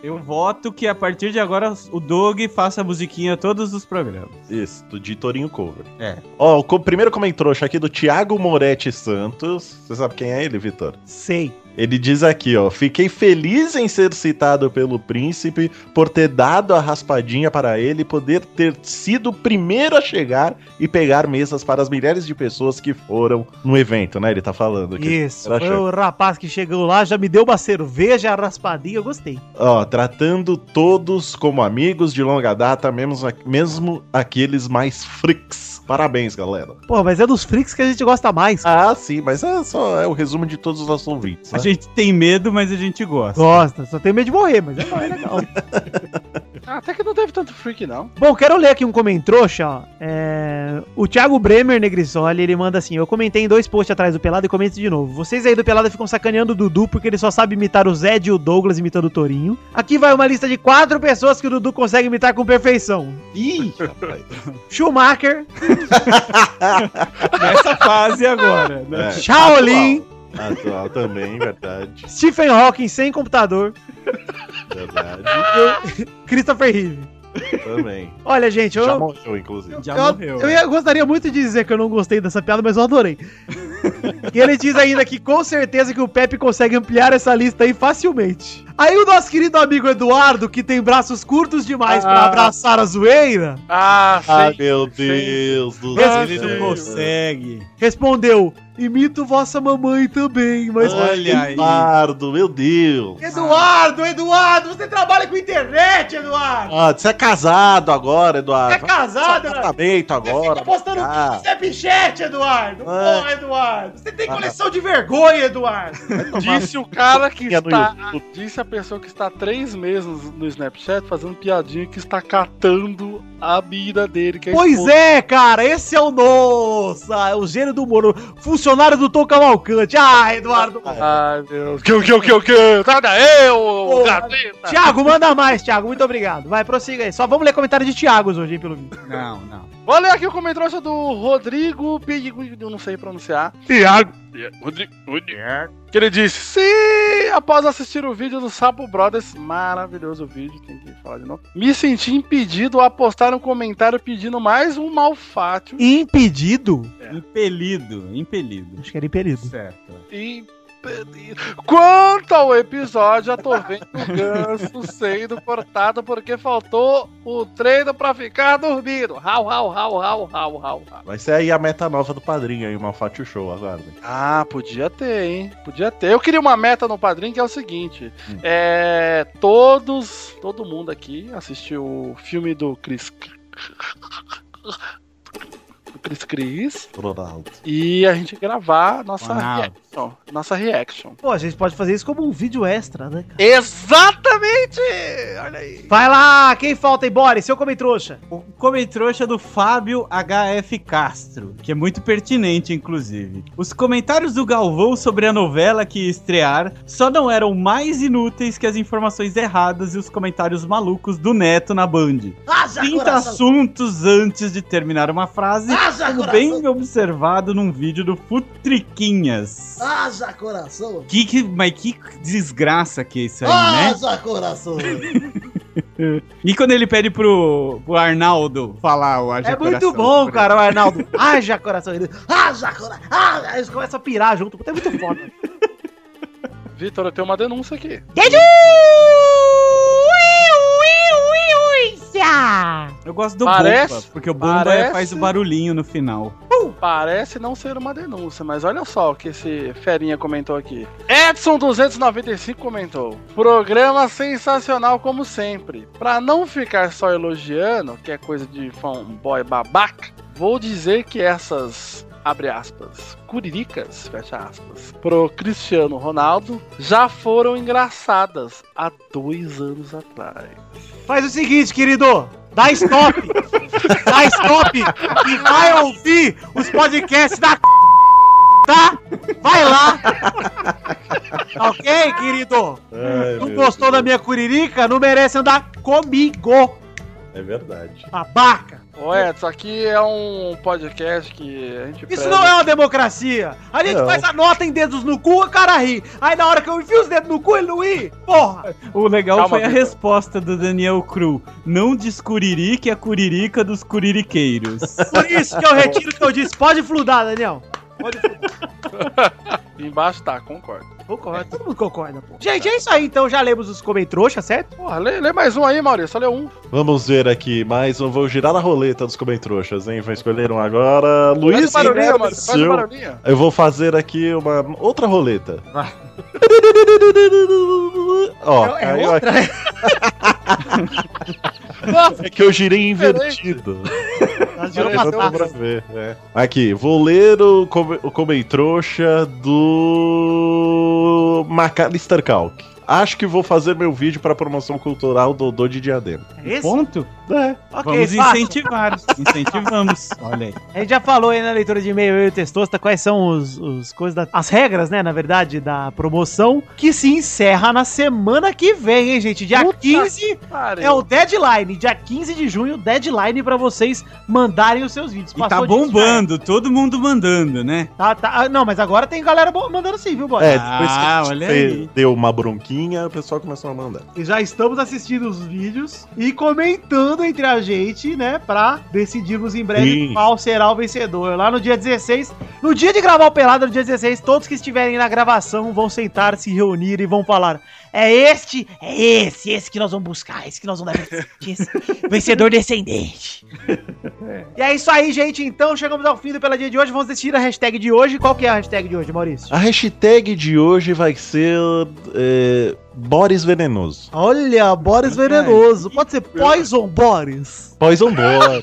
H: Eu voto que a partir de agora o Doug faça a musiquinha a todos os programas.
D: Isso, do de Torinho Cover.
H: É.
D: Ó, o co- primeiro comentroxa aqui do Thiago Moretti Santos. Você sabe quem é ele, Vitor?
B: Sei.
D: Ele diz aqui, ó. Fiquei feliz em ser citado pelo príncipe por ter dado a raspadinha para ele e poder ter sido o primeiro a chegar e pegar mesas para as milhares de pessoas que foram no evento, né? Ele tá falando aqui.
B: Isso,
D: Era
B: foi
D: show.
B: o rapaz que chegou lá, já me deu uma cerveja, a raspadinha, eu gostei.
D: Ó, tratando todos como amigos de longa data, mesmo, mesmo aqueles mais freaks. Parabéns, galera.
B: Pô, mas é dos freaks que a gente gosta mais.
D: Ah, sim, mas é só é o resumo de todos os nossos ouvintes.
H: A
D: Né?
H: gente tem medo, mas a gente gosta.
B: Gosta, só tem medo de morrer, mas é bom, é legal.
A: *laughs* Ah, até que não teve tanto freak, não.
B: Bom, quero ler aqui um comentrouxa, ó. É, O Thiago Bremer Negrisoli, ele manda assim, eu comentei em dois posts atrás do Pelada e comento de novo. Vocês aí do Pelada ficam sacaneando o Dudu porque ele só sabe imitar o Zed e o Douglas imitando o Torinho. Aqui vai uma lista de quatro pessoas que o Dudu consegue imitar com perfeição.
D: Ih, rapaz.
B: Schumacher,
H: Nessa fase agora, né?
D: É,
B: Shaolin,
D: Atual também, verdade.
B: Stephen Hawking sem computador.
D: Verdade.
B: *laughs* Christopher Reeve.
D: Também.
B: Olha, gente, eu,
D: Já morreu, inclusive.
H: Já
B: eu,
H: morreu. é.
B: eu ia- gostaria muito de dizer que eu não gostei dessa piada, mas eu adorei. e ele diz ainda que com certeza que o Pepe consegue ampliar essa lista aí facilmente. Aí o nosso querido amigo Eduardo, que tem braços curtos demais pra
A: Ah.
B: abraçar a zoeira,
A: Ah,
D: Ah,
A: sim.
D: meu
A: sim.
D: Deus do
B: Ah,
H: Ele não consegue.
B: respondeu: imito vossa mamãe também, mas.
H: Olha aí.
D: Eduardo, meu Deus.
B: Eduardo, Eduardo, você trabalha com internet, Eduardo!
D: Ah, tá você é casado agora, Eduardo.
B: Você é casado,
D: Vai pro
B: né?
D: apartamento
B: Você
D: agora.
B: fica postando
D: Ah,
B: Você é bichete, Eduardo!
D: Ah.
B: Porra, Eduardo! Você tem coleção de vergonha, Eduardo!
A: Disse o cara que
D: Tinha no
A: está. Disse a pessoa que está há três meses no Snapchat fazendo piadinha que está catando a vida dele. Que é
B: *laughs* Pois é, cara, esse é o nossa, é o gênio do Moro, funcionário do Tom Cavalcante. Ah, Eduardo.
A: Ai, meu Deus. Que, que, que, que, nada eu,
B: Pô,
A: gaveta.
B: Tiago, manda mais, Tiago, muito obrigado. Vai, prossiga aí. Só vamos ler comentário de Tiagos hoje, hein, pelo visto.
H: Não, não.
A: Vou ler aqui o comentário do Rodrigo Piguinho, eu não sei pronunciar. Tiago. Rodrigo. Rodrigo. É, Que ele disse: Sim, após assistir o vídeo do Sapo Brothers, maravilhoso vídeo, tem que falar de novo. Me senti impedido a postar um comentário pedindo mais um malfátio.
B: Impedido?
H: Impelido, impelido.
B: Acho que era impedido.
H: Certo.
A: Impedido. Quanto ao episódio, já tô vendo o ganso sendo cortado porque faltou o treino pra ficar dormindo. Rau, rau, rau, rau, rau, rau. rau.
D: Vai ser aí a meta nova do padrinho aí, o Malfatio Show, aguardem.
A: Ah, podia ter, hein? Podia ter. Eu queria uma meta no Padrim que é o seguinte: é, todos, todo mundo aqui assistiu o filme do Chris. do Chris Cris
D: Ronaldo.
A: e a gente gravar nossa
H: Ronaldo.
A: reaction. Nossa reaction.
B: Pô, a gente pode fazer isso como um vídeo extra, né, cara?
A: Exatamente! Olha aí.
B: Vai lá, quem falta aí, Boris, seu come trouxa.
H: O comentrouxa do Fábio HF Castro, que é muito pertinente, inclusive. Os comentários do Galvão sobre a novela que ia estrear só não eram mais inúteis que as informações erradas e os comentários malucos do Neto na Band.
F: Haja
H: 30 assuntos antes de terminar uma frase,
F: Haja
H: como
F: coração!
H: bem observado num vídeo do Futriquinhas.
F: Haja coração!
H: Que, que, mas que desgraça que é isso aí,
B: Ah!
H: né?
F: Haja coração!
H: E quando ele pede pro, pro Arnaldo falar o Haja
B: É muito
H: Coração,
B: bom,
H: por
B: cara, o Arnaldo. Haja coração. Ele... *laughs*
F: Haja coração!
B: Ah, eles começam a pirar junto, é muito foda.
A: Vitor, eu tenho uma denúncia aqui.
I: Dedo! Ui, ui, ui, ui, xa!
H: Eu gosto do
A: Parece-
H: Bomba, porque o Bomba é,
A: parece-
H: faz o barulhinho no final.
A: Parece não ser uma denúncia, mas olha só o que esse ferinha comentou aqui. Edson295 comentou: Programa sensacional como sempre. Pra não ficar só elogiando, que é coisa de fanboy babaca, vou dizer que essas. Abre aspas, curiricas, fecha aspas, pro Cristiano Ronaldo já foram engraçadas há dois anos atrás.
B: Faz o seguinte, querido. Dá stop. dá stop. E vai ouvir os podcasts da c... Tá? Vai lá. Tá ok, querido?
D: É
B: Não gostou da minha curirica? Não merece andar comigo,
D: É verdade.
B: babaca.
A: Ô Edson, aqui é um podcast que a gente
B: Isso
A: preza-
B: não é uma democracia. A gente
D: Não.
B: faz a nota em dedos no cu, o cara ri. Aí na hora que eu enfio os dedos no cu, ele não ri. Porra.
H: O legal
A: Calma,
H: foi a
A: Vitor.
H: resposta do Daniel Cru. Não descuriri que é curirica dos cuririqueiros.
B: Por isso que eu retiro o que eu disse. Pode fludar, Daniel. Pode fludar.
A: Embaixo tá, concordo.
B: Concordo, todo mundo concorda, pô. Gente, é isso aí, então. Já lemos os comentrouxa, certo?
A: Porra, lê, lê mais um aí, Maurício. Só lê um.
D: Vamos ver aqui mais um. Vou girar a roleta dos comentroxas, hein? Vou escolher um agora. Luiz
A: Faz um barulhinho, Maurício. Faz um
D: Inácio.
A: barulhinho.
D: Eu vou fazer aqui uma outra roleta. Ó,
H: é
D: caiu aqui.
H: *laughs*
D: É que eu girei invertido.
H: Tá
A: girou pra
D: Não deu pra ver, né? Aqui, vou ler o, com o Comem Trouxa do Macalister Calc. Acho que vou fazer meu vídeo pra promoção cultural Dodô de Diadema.
B: É esse?
H: Ponto?
D: É.
H: Vamos
B: fácil.
H: incentivar. Incentivamos. Olha aí.
B: A gente já falou aí na leitura de e-mail eu e o Testosta quais são os, os coisas da- as regras, né, na verdade, da promoção que se encerra na semana que vem, hein, gente? Dia
A: Puta
B: 15
A: Pariu.
B: é o deadline, dia 15 de junho, deadline pra vocês mandarem os seus vídeos.
H: E tá
B: disso,
H: bombando, todo mundo mandando, né?
B: já era. Tá, tá, ah, não, mas agora tem galera bo- mandando sim, viu, Bob?
D: É, depois
H: Ah,
D: que a gente
H: olha
D: fez-
H: aí.
D: deu uma bronquinha, o pessoal começou a mandar.
B: E já estamos assistindo os vídeos e comentando entre a gente, né? Pra decidirmos em breve
D: Sim.
B: qual será o vencedor. Lá no dia 16, no dia de gravar o Pelada, no dia 16, todos que estiverem na gravação vão sentar, se reunir e vão falar: é este, é esse, esse que nós vamos buscar, esse que nós vamos dar presente, esse vencedor descendente. E é isso aí, gente. Então chegamos ao fim do Peladinha de hoje. Vamos decidir a hashtag de hoje. Qual que é a hashtag de hoje, Maurício?
D: A hashtag de hoje vai ser é, Boris Venenoso.
F: Olha, Boris
B: É.
F: Venenoso. Pode ser Poison Boris.
D: Poison *laughs* Boris.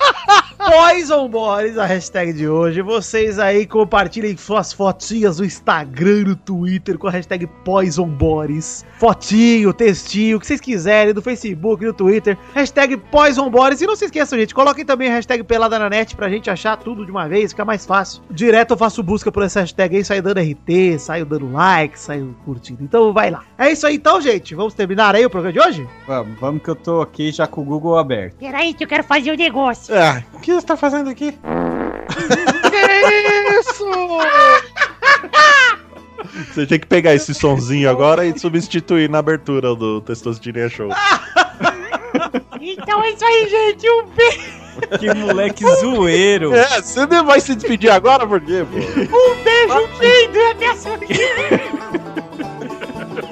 B: Poison
F: Boris, a hashtag de hoje. Vocês aí compartilhem suas fotinhas no Instagram, no Twitter, com a hashtag Poison Boris.
B: fotinho, textinho, o que vocês quiserem, do Facebook, do Twitter, hashtag PoisonBoris. E não se esqueçam, gente, coloquem também a hashtag Pelada na Net pra gente achar tudo de uma vez, fica mais fácil. Direto eu faço busca por essa hashtag aí, saio dando RT, saio dando like, saio curtindo. Então vai lá. É isso aí então, gente. Vamos terminar aí o programa de hoje?
H: Vamos, vamos que eu tô aqui já com o Google aberto.
I: Peraí, que eu quero fazer um negócio.
D: Ah,
I: o que você tá fazendo aqui?
A: Que isso?
D: Você tem que pegar esse sonzinho agora e substituir na abertura do Testosterinha Show.
I: Então é isso aí, gente. Um beijo.
B: *laughs*
H: Que moleque zoeiro.
D: É, você não vai se despedir agora por quê, pô?
I: Um beijo, um beijo. e Até a semana que vem.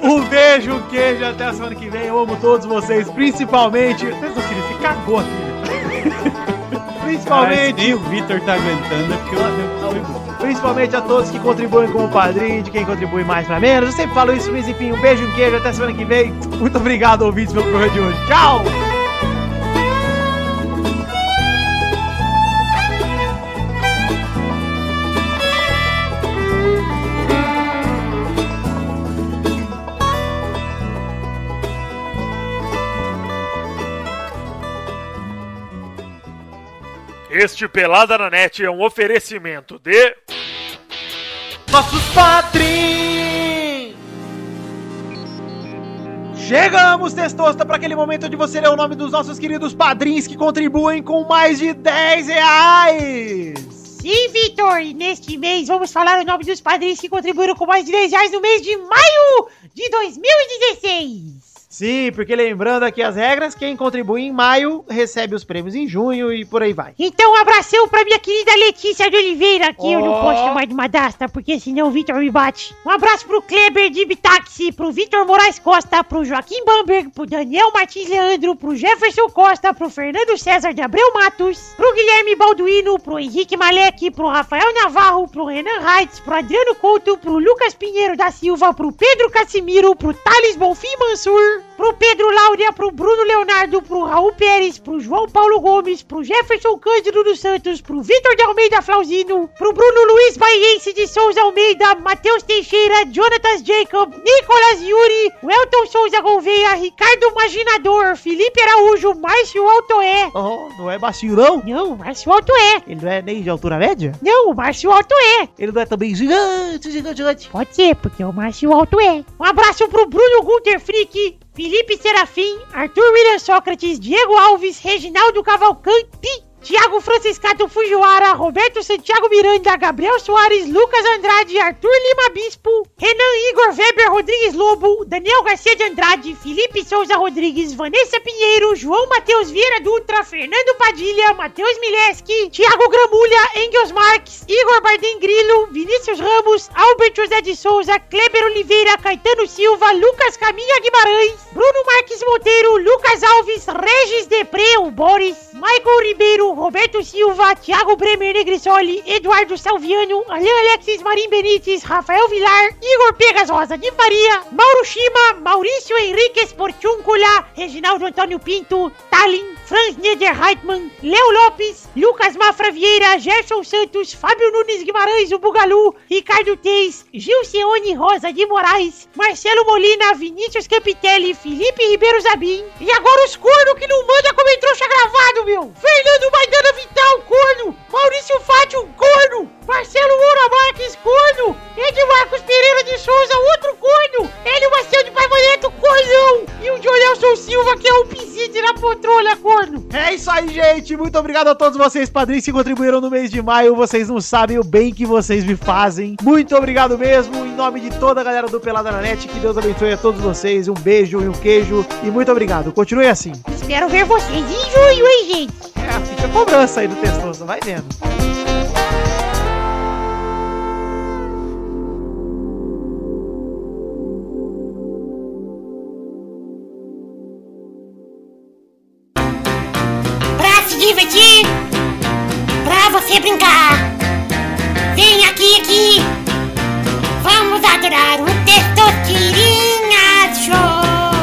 B: Um beijo, um queijo, até a semana que vem. Eu amo todos vocês, principalmente. Vocês não queriam, se cagou aqui. né? *laughs*
H: Mas
B: Principalmente.
H: nem o Vitor tá aguentando, é porque eu...
B: Principalmente a todos que contribuem com o padrinho, de quem contribui mais pra menos. Eu sempre falo isso, mas enfim, um beijo, um queijo, até semana que vem. Muito obrigado, ouvintes, pelo programa de hoje. Tchau!
K: Este Pelada na Net é um oferecimento de.
B: Nossos padrinhos! Chegamos, Testosta, para aquele momento onde você lê o nome dos nossos queridos padrinhos que contribuem com mais de 10 reais!
I: Sim, Vitor, e neste mês vamos falar o nome dos padrinhos que contribuíram com mais de 10 reais no mês de maio de 2016.
B: Sim, porque lembrando aqui as regras, quem contribui em maio recebe os prêmios em junho e por aí vai.
I: Então, um abração pra minha querida Letícia de Oliveira, que eu não
B: Ó.
I: posso chamar de madrasta, porque senão o Vitor me bate. Um abraço pro Kleber de Bitaxi, pro Vitor Moraes Costa, pro Joaquim Bamberg, pro Daniel Martins Leandro, pro Jefferson Costa, pro Fernando César de Abreu Matos, pro Guilherme Balduino, pro Henrique Malek, pro Rafael Navarro, pro Renan Reitz, pro Adriano Couto, pro Lucas Pinheiro da Silva, pro Pedro Casimiro, pro Thales Bonfim Mansur, pro Pedro Laura, pro Bruno Leonardo, pro Raul Pérez, pro João Paulo Gomes, pro Jefferson Cândido dos Santos, pro Vitor de Almeida Flauzino, pro Bruno Luiz Baiense de Souza Almeida, Matheus Teixeira, Jonatas Jacob, Nicolas Yuri, Welton Souza Gouveia, Ricardo Maginador, Felipe Araújo, Márcio Altoé.
B: Oh, não é baixinho não?
I: Não, Márcio Altoé.
B: Ele não é nem de altura média?
I: Não, o Márcio Altoé.
B: Ele não é também gigante, gigante, gigante.
I: Pode ser, porque o Márcio Alto é. Um abraço pro Bruno Gunter Frick, Felipe Serafim, Arthur William Sócrates, Diego Alves, Reginaldo Cavalcante, Thiago Franciscato Fujiwara, Roberto Santiago Miranda, Gabriel Soares, Lucas Andrade, Arthur Lima Bispo, Renan Igor Weber Rodrigues Lobo, Daniel Garcia de Andrade, Felipe Souza Rodrigues, Vanessa Pinheiro, João Matheus Vieira Dutra, Fernando Padilha, Matheus Mileski, Thiago Gramulha, Engels Marques, Igor Bardem Grilo, Vinícius Ramos, Albert José de Souza, Kleber Oliveira, Caetano Silva, Lucas Caminha Guimarães, Bruno Marques Monteiro, Lucas Alves, Regis Depré, o Boris, Michael Ribeiro, Roberto Silva, Thiago Bremer Negrisoli, Eduardo Salviano, Alain Alexis Marim Benites, Rafael Vilar, Igor Pegasosa de Faria, Mauro Shima, Maurício Henrique Portúncula, Reginaldo Antônio Pinto, Tallin, Franz Niederreitmann, Léo Lopes, Lucas Mafra Vieira, Gerson Santos, Fábio Nunes Guimarães, o Bugalu, Ricardo Teis, Gilceone Rosa de Moraes, Marcelo Molina, Vinícius Campitelli, Felipe Ribeiro Zabim, e agora os corno que não manda como entrou gravado, meu! Fernando Maidana Vital, corno! Maurício Fátio, corno! Marcelo Moura Marques, corno! Edmarcos Pereira de Souza, outro corno! Hélio Macedo de Paivaneto, cornão! E o Joelson Silva, que é o piscite na poltrona, corno!
B: É isso aí, gente. Muito obrigado a todos vocês, padrinhos, que contribuíram no mês de maio. Vocês não sabem o bem que vocês me fazem. Muito obrigado mesmo. Em nome de toda a galera do Pelada na Net, que Deus abençoe a todos vocês. Um beijo e um queijo. E muito obrigado. Continue assim.
I: Espero ver vocês em junho, hein, gente?
B: É, fica cobrança aí do testoso, vai vendo.
L: Pra se divertir, pra você brincar. Vem aqui, aqui. Vamos adorar o Testosterinha Show.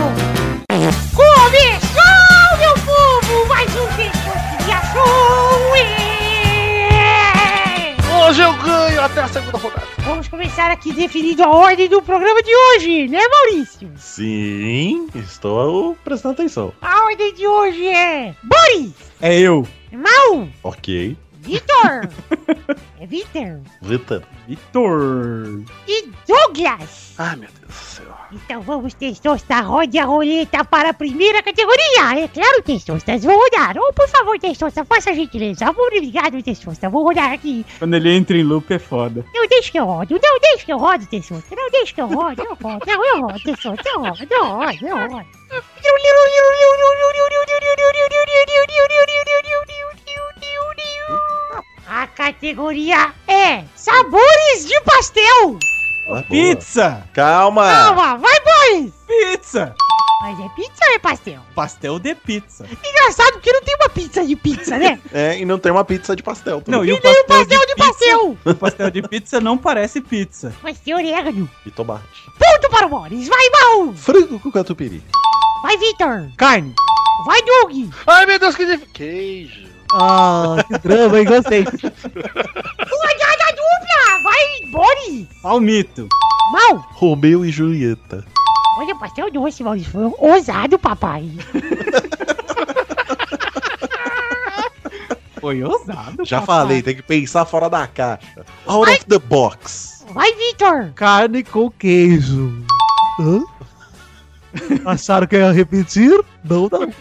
I: Começou, meu povo, mais um Testosterinha Show! É!
A: Hoje eu ganho até a segunda rodada.
I: Vamos começar aqui definindo a ordem do programa de hoje, né, Maurício?
D: Sim, estou prestando atenção.
I: A ordem de hoje é... Boris!
D: É eu.
I: Mal!
D: Ok.
I: Vitor! é Vitor.
D: Vitor.
H: Vitor.
I: E Douglas!
A: Ai, meu Deus do céu.
I: Então vamos, Testosta, rode a roleta para a primeira categoria. É claro, Testostas, vou rodar. Ou, por favor, Testosta, faça a gentileza. Muito Obrigado, Testosta, vou rodar aqui.
H: Quando ele entra em loop é foda.
I: Não deixe que eu rodo, não deixe que eu rodo, Testosta. Não deixe que eu rodo, eu rodo. Não, eu rodo, Testosta, eu rodo, eu rodo, eu rodo. A categoria é Sabores de Pastel.
H: Pizza!
D: Calma.
I: Calma, vai, Boris!
H: Pizza!
I: Mas é pizza ou é pastel?
H: Pastel de pizza.
I: Engraçado porque não tem uma pizza de pizza, né?
D: É, e não tem uma pizza de pastel. também.
H: Não, e o
I: *laughs* Tem um
H: pastel
I: pastel de
H: de pizza.
I: pastel.
H: O pastel de pizza não parece pizza.
I: Mas tem orégano.
D: E tomate.
I: Ponto para o Boris. Vai, Mal.
D: Frango com catupiry.
I: Vai, Vitor.
B: Carne.
I: Vai, Doug.
A: Ai, meu Deus, que difícil. Queijo.
B: Ah, que drama, hein? Gostei.
I: Rodada dupla. Vai, Boris.
H: Palmito.
I: Mal.
D: Romeu e Julieta.
I: Olha, pastel doce, Maurício. Foi ousado, papai.
H: Foi ousado.
D: Já falei, tem que pensar fora da caixa. Out of the box.
I: Vai, Vitor.
B: Carne com queijo. Hã? Acharam que eu ia repetir? Não, não.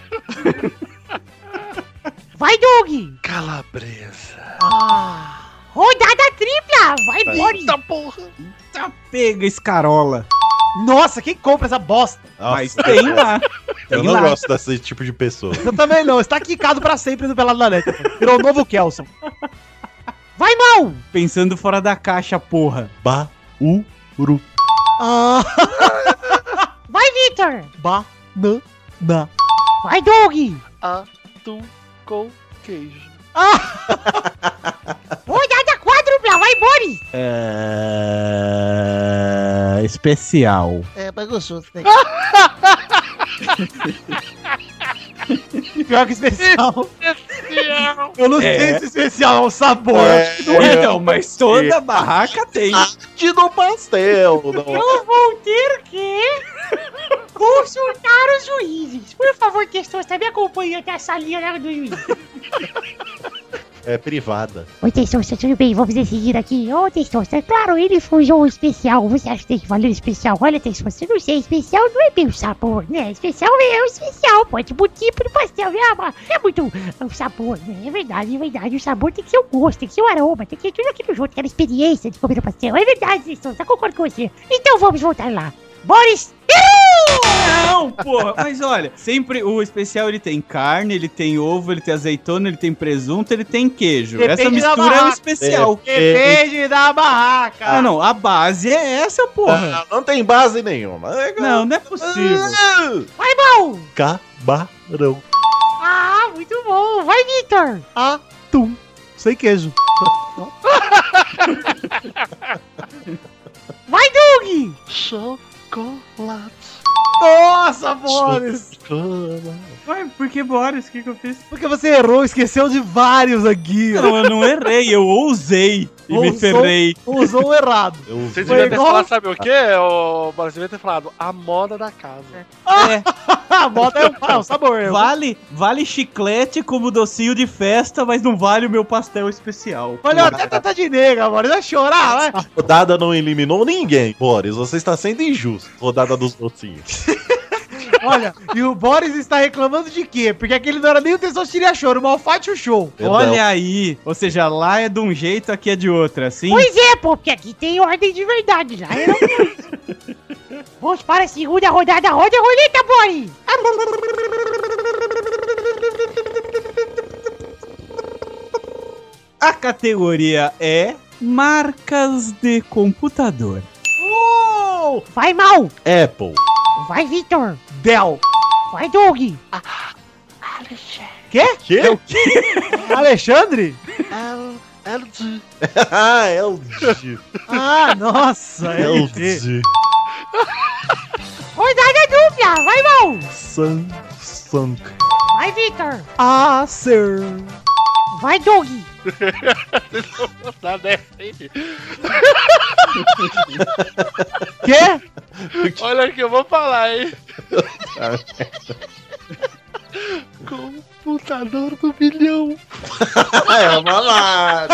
I: Vai, Doug.
A: Calabresa.
I: Rodada tripla. Vai,
D: Vai.
I: Boris.
A: Eita porra.
H: Tá pega escarola.
B: Nossa, quem compra essa bosta?
D: Nossa,
H: Mas tem lá.
D: Eu
H: Tem
D: não
H: lá.
D: gosto desse tipo de pessoa.
B: Eu também não. Está quicado pra sempre no Pelado da Net. Virou o novo Kelson.
I: Vai, Mal.
H: Pensando fora da caixa, porra.
D: Bauru.
B: Ah,
I: Vai, Vitor.
B: banana.
I: Vai, Doug.
A: Atum com queijo.
I: Rodada quádrupla. Vai, Boris.
H: É... Especial.
F: É, mas gostoso. Né?
B: Pior que especial. Eu não sei se especial é um sabor.
H: Então, mas toda barraca tem.
B: Ah.
D: Te dou um pastel. Não.
I: Eu vou ter que consultar os juízes. Por favor, Testosta, me acompanhe até a salinha lá do juiz.
D: *laughs* É privada.
I: Oi, Testosta, tudo bem? Vamos decidir aqui. Ô, Testosta, claro, ele foi um jogo especial. Você acha que tem valor especial? Olha, Testosta, não sei, especial não é bem o sabor, né? Especial é o especial, pode tipo tipo do pastel, né? Mas É muito é o sabor, né? É verdade, é verdade. O sabor tem que ser o gosto, tem que ser o aroma, tem que ser tudo aquilo junto, aquela experiência de comer o pastel. É verdade, Testosta, concordo com você. Então vamos voltar lá. Boris...
H: Não, porra. Mas olha, sempre o especial ele tem carne, ele tem ovo, ele tem azeitona, ele tem presunto, ele tem queijo.
B: Depende
H: Essa
B: da
H: mistura é o
B: barraca.
H: especial.
B: Depende da barraca.
H: Ah, não, a base é essa, porra.
D: Ah, não tem base nenhuma.
H: Não, não é
B: Ah.
H: possível.
I: Vai, bom!
D: Cabarão.
I: Ah, muito bom! Vai, vai, Vitor?
B: Atum. Sem queijo.
I: Vai, Doug!
A: Chocolate.
B: Nossa, Boris!
H: Ué, por que Boris? O que, que eu fiz?
B: Porque você errou, esqueceu de vários aqui. ó.
H: Não, eu não errei, eu ousei e me
B: Ousou-
H: ferrei.
B: Usou o errado. *laughs*
A: Você
B: Foi
A: devia ter
B: igual-
A: falado, sabe o quê? O Boris devia ter falado a moda da casa.
B: Bota é um, é um sabor. é um-
H: Vale, vale chiclete como docinho de festa, mas não vale o meu pastel especial.
B: Olha, até tata de nega, Boris. Vai chorar, né?
H: *laughs*
B: vai.
D: Rodada não eliminou ninguém, Boris. Você está sendo injusto. Rodada dos docinhos.
B: Olha, e o Boris está reclamando de quê? Porque aquele não era nem o Testosterinha Choro, o Malfate o show.
H: Olha aí, ou seja, lá é de um jeito, aqui é de outro, assim.
I: Pois é, pô, porque aqui tem ordem de verdade já. Eu não- Vamos para a segunda rodada. Roda a roleta, Boris!
H: A categoria é marcas de computador.
B: Uou!
I: Vai, Mal!
D: Apple.
I: Vai, Vitor!
B: Del.
I: Vai, Doug!
B: Quê?
D: Quê?
B: Alexandre?
F: ah,
A: LG.
D: ah, LG.
B: Ah, nossa.
D: É
B: LG.
D: LG.
I: Rodada dupla! Vai, Mal!
D: Samsung.
I: Vai, Vitor!
B: Ah, sir.
I: Vai, Doug!
A: Nada é feio.
B: Quê?
A: Olha o que eu vou falar, hein? Tá Computador do bilhão.
D: é uma marca.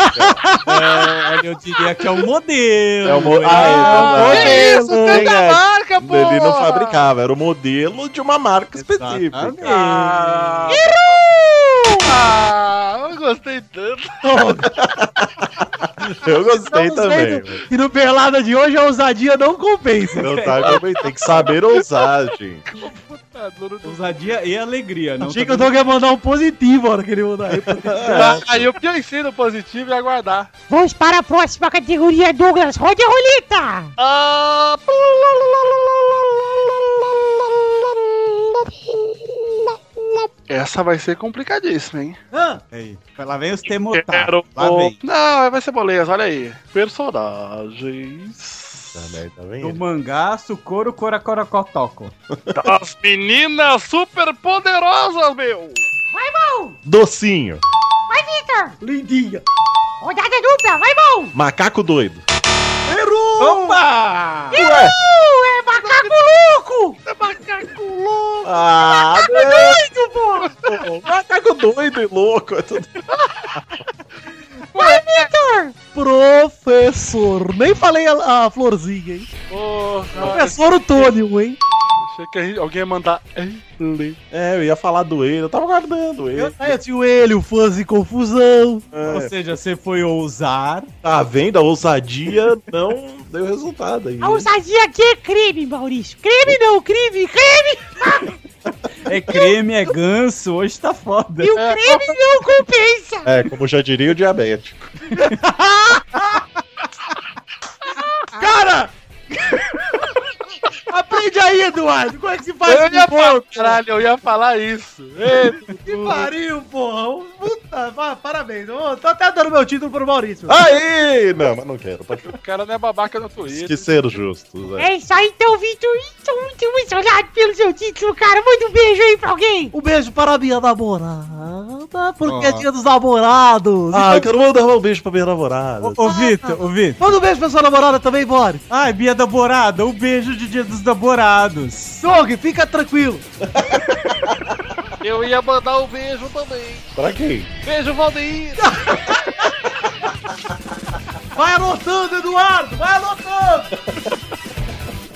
H: É, eu diria que é um modelo.
D: É o mo-
H: Ah,
D: Ah, é verdade.
A: Que isso? Tanta
D: Verdade.
A: marca, pô!
D: Ele não fabricava, era o modelo de uma marca específica.
C: Exatamente.
A: Ah, ah, eu gostei tanto.
D: Eu gostei
B: Estamos
D: também.
B: vendo que no Pelada de hoje a ousadia não compensa.
D: Não tá, tem que saber ousar, gente.
A: Computador do...
H: Ousadia e alegria, não.
B: Achei que
H: tá
B: o Doug ia mandar um positivo na hora que ele mandar aí.
A: É. Tá, Aí o que eu ensino positivo é aguardar.
I: Vamos para a próxima categoria, Douglas! Roda a roleta!
A: Ah, Essa vai ser complicadíssima, hein?
B: Ah,
H: aí. Lá vem os temotar. Tá, Lá
A: o-
H: vem.
A: um Não, é, vai ser moleza, olha aí. Personagens.
D: Tá merda, tá
H: Do
D: vendo?
H: mangá, sucoro, coracoracotoco.
A: Das meninas super poderosas, meu!
I: Vai, Mal!
D: Então, Docinho.
I: Vai, Vitor!
B: Lindinha.
I: Rodada dupla! Vai, Mal!
D: Macaco doido.
H: Opa!
D: Ué!
I: Uh, é macaco louco!
A: É macaco louco!
D: Ah,
I: Muito bom!
D: meu, macaco doido e louco. é tudo-
I: Vai, Vitor!
B: Professor. Nem falei a, a florzinha, hein? É
H: é assim.
A: Porra,
B: Professor Otônio, hein?
A: achei que a gente- alguém ia mandar. Ele.
D: É, eu ia falar doeiro, eu tava guardando ele. É.
B: Eu saio tio ele, o fãs em confusão.
H: Ou seja, você foi ousar.
D: Tá vendo? A ousadia não deu resultado aí.
I: A ousadia aqui é crime, Maurício. Crime não, crime, crime!
H: É creme, é ganso, hoje tá foda.
I: E o crime não compensa!
D: É, como já diria o diabético.
B: Cara! Aprende aí, Eduardo. Como é que se faz
A: Eu ia
B: com porco?
A: falar, caralho, eu ia falar isso. Ei,
B: Que pariu, porra. Puta, pa- parabéns. Eu tô até dando meu título pro Maurício.
D: Aí! Não, mas não quero. Pode
A: o cara não é babaca no Twitter.
D: que ser justos. É.
I: É isso aí, então, Vitor. Então, muito emocionado pelo seu título, cara. Manda um beijo aí pra alguém.
B: Um beijo para a minha namorada, porque é
C: Ó.
B: dia dos namorados.
D: Ah, eu
B: Então,
D: quero mandar um beijo pra minha namorada.
H: Ô, ô Vitor, ô Vitor.
B: Manda um beijo pra sua namorada também, Boris.
H: Ai, Bia Namorada, um beijo de Dia dos Namorados.
B: Doug, fica tranquilo.
A: Eu ia mandar um beijo também.
D: Pra quem?
A: Beijo, Valdeir!
B: Vai anotando, Eduardo, vai anotando.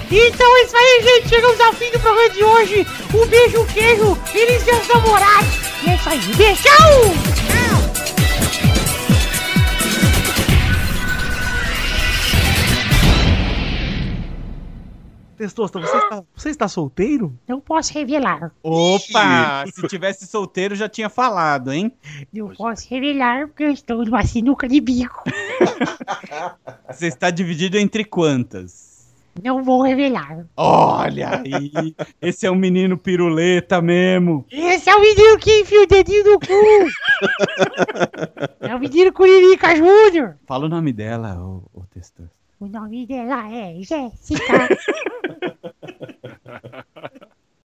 I: Então, é isso aí, gente. Chegamos ao fim do programa de hoje. Um beijo, um queijo. Feliz dia dos namorados. E é isso aí. Beijo. Tchau.
B: Testosta, você está, você está solteiro?
I: Não posso revelar.
H: Opa, se tivesse solteiro já tinha falado, hein?
I: Não posso revelar porque eu estou numa sinuca de bico.
H: Você está dividido entre quantas?
I: Não vou revelar.
H: Olha aí, esse é um menino piruleta mesmo.
I: Esse é o menino que enfia o dedinho no cu. É o menino Curirica Júnior.
H: Fala o nome dela, ô, ô texto.
I: O nome dela é Jéssica.